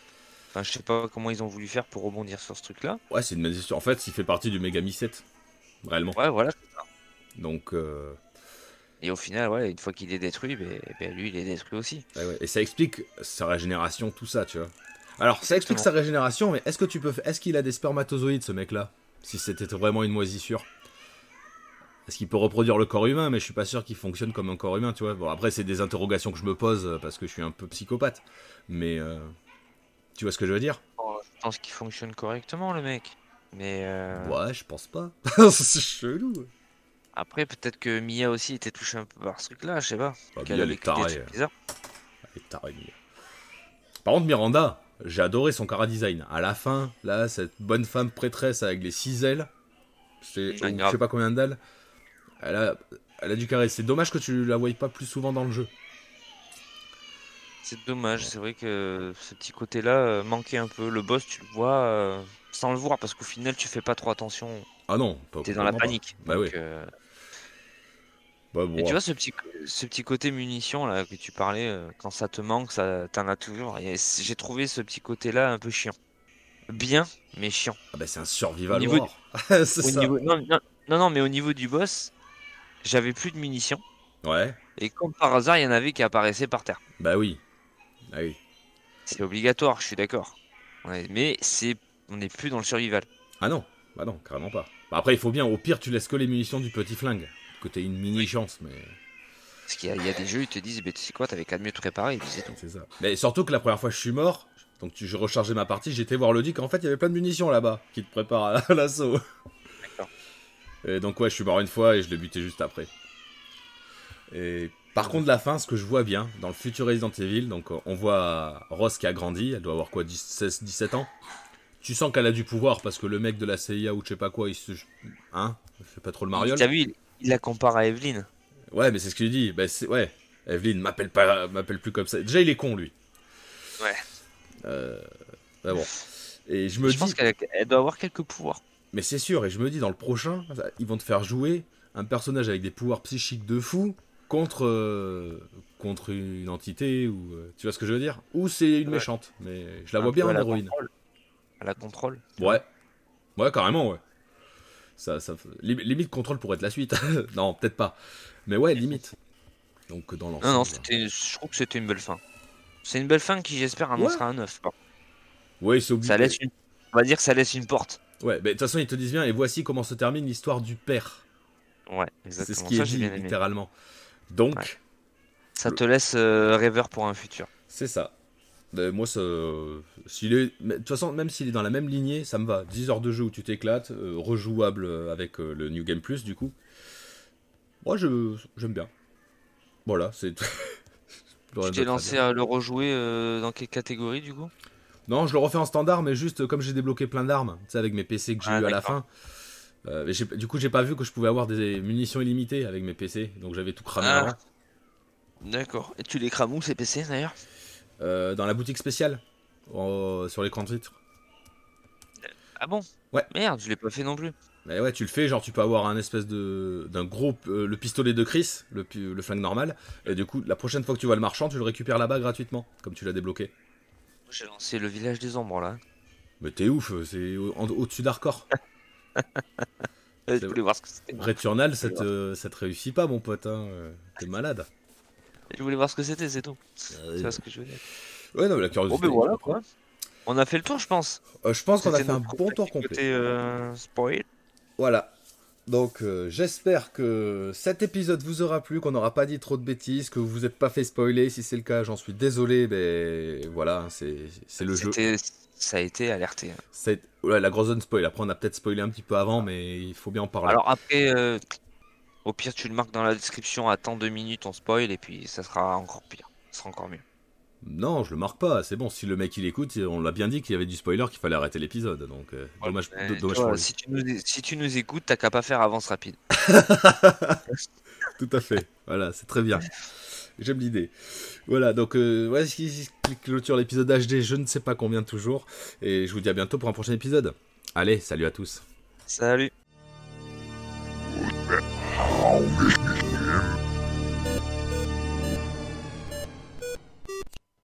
[SPEAKER 2] Enfin, je sais pas comment ils ont voulu faire pour rebondir sur ce truc là.
[SPEAKER 1] Ouais, c'est une malédiction. En fait, il fait partie du Megami 7. Réellement.
[SPEAKER 2] Ouais, voilà.
[SPEAKER 1] Donc, euh,
[SPEAKER 2] Et au final, ouais, une fois qu'il est détruit, ben, ben, lui, il est détruit aussi.
[SPEAKER 1] ouais, ouais. et ça explique sa régénération, tout ça, tu vois. Alors, ça explique sa
[SPEAKER 2] Exactement.
[SPEAKER 1] régénération, mais est-ce que tu peux, fa- est-ce qu'il a des spermatozoïdes, ce mec-là Si c'était vraiment une moisissure, est-ce qu'il peut reproduire le corps humain Mais je suis pas sûr qu'il fonctionne comme un corps humain, tu vois. Bon, après, c'est des interrogations que je me pose euh, parce que je suis un peu psychopathe, mais euh, tu vois ce que je veux dire
[SPEAKER 2] Bon, je pense qu'il fonctionne correctement, le mec. Mais euh,
[SPEAKER 1] Ouais, je pense pas. c'est chelou.
[SPEAKER 2] après, peut-être que Mia aussi était touchée un peu par ce truc là, je sais pas.
[SPEAKER 1] Bah,
[SPEAKER 2] Qu'elle
[SPEAKER 1] Mia,
[SPEAKER 2] a
[SPEAKER 1] elle est
[SPEAKER 2] vécu des
[SPEAKER 1] tarée.
[SPEAKER 2] trucs bizarres.
[SPEAKER 1] Et taré, Mia. Par contre, Miranda, j'ai adoré son cara design. À la fin, là, cette bonne femme prêtresse avec les six ailes, c'est
[SPEAKER 2] Ah,
[SPEAKER 1] ou je
[SPEAKER 2] grave.
[SPEAKER 1] sais pas combien d'ailes, elle a, elle a du carré. C'est dommage que tu la voyes pas plus souvent dans le jeu.
[SPEAKER 2] C'est dommage, c'est vrai que ce petit côté-là euh, manquait un peu. Le boss, tu le vois euh, sans le voir parce qu'au final, tu fais pas trop attention.
[SPEAKER 1] Ah non, pas-
[SPEAKER 2] T'es dans la
[SPEAKER 1] pas-
[SPEAKER 2] panique.
[SPEAKER 1] Bah
[SPEAKER 2] Donc,
[SPEAKER 1] oui.
[SPEAKER 2] euh,
[SPEAKER 1] Bah, bon,
[SPEAKER 2] Et tu vois, ce petit, ce petit côté munitions là que tu parlais, euh, quand ça te manque, ça t'en as toujours. Et c- J'ai trouvé ce petit côté-là un peu chiant. Bien, mais chiant.
[SPEAKER 1] ah bah, c'est un survival
[SPEAKER 2] Au niveau
[SPEAKER 1] horror. c'est
[SPEAKER 2] Au
[SPEAKER 1] ça.
[SPEAKER 2] niveau- Non, non, non, non, mais au niveau du boss, j'avais plus de munitions.
[SPEAKER 1] Ouais,
[SPEAKER 2] Et comme par hasard, il y en avait qui apparaissaient par terre.
[SPEAKER 1] bah oui. Ah oui.
[SPEAKER 2] C'est obligatoire, je suis d'accord. Ouais, mais c'est, on n'est plus dans le survival.
[SPEAKER 1] Ah non, bah non, carrément pas. Bah après, il faut bien, au pire, tu laisses que les munitions du petit flingue. Que t'aies une mini chance, mais.
[SPEAKER 2] Parce qu'il y, a- il y a des jeux, ils te disent, mais tu sais quoi, t'avais qu'à mieux te préparer, et puis c'est tout.
[SPEAKER 1] C'est ça. Mais surtout que la première fois que je suis mort, donc tu- je rechargeais ma partie, j'étais voir le dick, en fait il y avait plein de munitions là-bas qui te préparent à l'assaut.
[SPEAKER 2] D'accord.
[SPEAKER 1] Et donc ouais, je suis mort une fois et je l'ai buté juste après. Et par contre la fin, ce que je vois bien, dans le futur Resident Evil, donc euh, on voit Ross qui a grandi, elle doit avoir quoi, 10, 16, 17 ans Tu sens qu'elle a du pouvoir parce que le mec de la CIA ou je sais pas quoi, il se... Hein Je fais pas trop le mariole.
[SPEAKER 2] T'as vu, il, il la compare à Evelyn.
[SPEAKER 1] Ouais, mais c'est ce qu'il dit. Bah, c'est- ouais, Evelyn m'appelle pas, m'appelle plus comme ça. Déjà, il est con lui.
[SPEAKER 2] Ouais.
[SPEAKER 1] Euh, bah bon. Et je me
[SPEAKER 2] je
[SPEAKER 1] dis,
[SPEAKER 2] pense qu'elle elle doit avoir quelques pouvoirs.
[SPEAKER 1] mais c'est sûr. Et je me dis, dans le prochain, ça- ils vont te faire jouer un personnage avec des pouvoirs psychiques de fou contre euh, contre une entité ou euh, tu vois ce que je veux dire Ou c'est une
[SPEAKER 2] Ouais.
[SPEAKER 1] méchante. Mais je la
[SPEAKER 2] Un
[SPEAKER 1] vois
[SPEAKER 2] peu
[SPEAKER 1] bien
[SPEAKER 2] à
[SPEAKER 1] en
[SPEAKER 2] la
[SPEAKER 1] héroïne.
[SPEAKER 2] contrôle. À la contrôle.
[SPEAKER 1] Ouais. Ouais, carrément, ouais. Ça, ça, lim- limite contrôle pour être la suite. non, peut-être pas. Mais ouais, limite. Donc dans l'ensemble.
[SPEAKER 2] Non, non, c'était, je trouve que c'était une belle fin. C'est une belle fin qui, j'espère, annoncera un 9.
[SPEAKER 1] Ouais, c'est obligé.
[SPEAKER 2] Ça laisse une... On va dire que ça laisse une porte.
[SPEAKER 1] Ouais, mais de toute façon, ils te disent bien, et voici comment se termine l'histoire du père.
[SPEAKER 2] Ouais,
[SPEAKER 1] C'est
[SPEAKER 2] exactement.
[SPEAKER 1] ce qui
[SPEAKER 2] ça,
[SPEAKER 1] est
[SPEAKER 2] j'ai
[SPEAKER 1] dit,
[SPEAKER 2] bien aimé.
[SPEAKER 1] littéralement. Donc,
[SPEAKER 2] Ouais. Ça te laisse euh, rêveur pour un futur.
[SPEAKER 1] c'est ça. Ben, moi, ça, s'il est... mais De toute façon, même s'il est dans la même lignée, ça me va. 10 heures de jeu où tu t'éclates, euh, rejouable euh, avec euh, le New Game Plus, du coup. Moi, je... j'aime bien. Voilà, c'est tout. Je
[SPEAKER 2] Tu
[SPEAKER 1] l'aurais
[SPEAKER 2] t'es
[SPEAKER 1] pas
[SPEAKER 2] lancé
[SPEAKER 1] très bien.
[SPEAKER 2] à le rejouer euh, dans quelle catégorie du coup
[SPEAKER 1] Non, je le refais en standard, mais juste euh, comme j'ai débloqué plein d'armes, tu sais, avec mes PC que j'ai
[SPEAKER 2] Ah,
[SPEAKER 1] eu à la fin.
[SPEAKER 2] d'accord.
[SPEAKER 1] euh, mais j'ai- du coup, j'ai pas vu que je pouvais avoir des munitions illimitées avec mes PC, donc j'avais tout cramé
[SPEAKER 2] Ah.
[SPEAKER 1] avant.
[SPEAKER 2] D'accord. Et tu les crames où ces PC d'ailleurs
[SPEAKER 1] Euh, dans la boutique spéciale en- sur l'écran de vitre.
[SPEAKER 2] Ah bon
[SPEAKER 1] Ouais.
[SPEAKER 2] Merde, je l'ai pas fait non plus.
[SPEAKER 1] Mais ouais, tu le fais, genre tu peux avoir un espèce de d'un gros euh, le pistolet de Chris, le, pi- le flingue normal, et du coup la prochaine fois que tu vois le marchand, tu le récupères là-bas gratuitement, comme tu l'as débloqué.
[SPEAKER 2] J'ai lancé le village des ombres là.
[SPEAKER 1] Mais t'es ouf, euh, c'est au- en- au-dessus d'Arcor.
[SPEAKER 2] Euh,
[SPEAKER 1] C'est
[SPEAKER 2] je voulais voir ce que c'était.
[SPEAKER 1] Returnal, ça te, ça te réussit pas, mon pote, hein, euh, t'es malade.
[SPEAKER 2] Je voulais voir ce que c'était, c'est tout.
[SPEAKER 1] Euh,
[SPEAKER 2] C'est pas ce que je voulais.
[SPEAKER 1] ouais, non, mais la
[SPEAKER 2] Bon,
[SPEAKER 1] curiosité.
[SPEAKER 2] ben voilà quoi. On a fait le tour, je pense.
[SPEAKER 1] Euh, je pense qu'on a
[SPEAKER 2] C'était
[SPEAKER 1] fait un
[SPEAKER 2] notre
[SPEAKER 1] bon tour
[SPEAKER 2] petit
[SPEAKER 1] complet.
[SPEAKER 2] côté, euh, spoil.
[SPEAKER 1] Voilà. Donc euh, j'espère que cet épisode vous aura plu, qu'on n'aura pas dit trop de bêtises, que vous vous êtes pas fait spoiler. Si c'est le cas, j'en suis désolé, mais voilà, c'est c'est le jeu.
[SPEAKER 2] C'était- Ça a été alerté. hein.
[SPEAKER 1] C'est ouais, la grosse zone spoil. Après, on a peut-être spoilé un petit peu avant, mais il faut bien en parler.
[SPEAKER 2] Alors après, euh, au pire, tu le marques dans la description. Attends deux minutes, on spoil et puis ça sera encore pire. Ça sera encore mieux.
[SPEAKER 1] Non, je le marque pas. C'est bon. Si le mec il écoute, on l'a bien dit qu'il y avait du spoiler, qu'il fallait arrêter l'épisode. Donc euh, dommage,
[SPEAKER 2] Mais
[SPEAKER 1] do-
[SPEAKER 2] tu
[SPEAKER 1] dommage
[SPEAKER 2] vois,
[SPEAKER 1] pour lui.
[SPEAKER 2] si, tu nous, si tu nous écoutes, t'as qu'à pas faire avance rapide.
[SPEAKER 1] Tout à fait. Voilà, c'est très bien. J'aime l'idée. Voilà, donc euh, ouais, ce qui- ce qui clôture l'épisode HD, je ne sais pas combien toujours. Et je vous dis à bientôt pour un prochain épisode. Allez, salut à tous.
[SPEAKER 2] Salut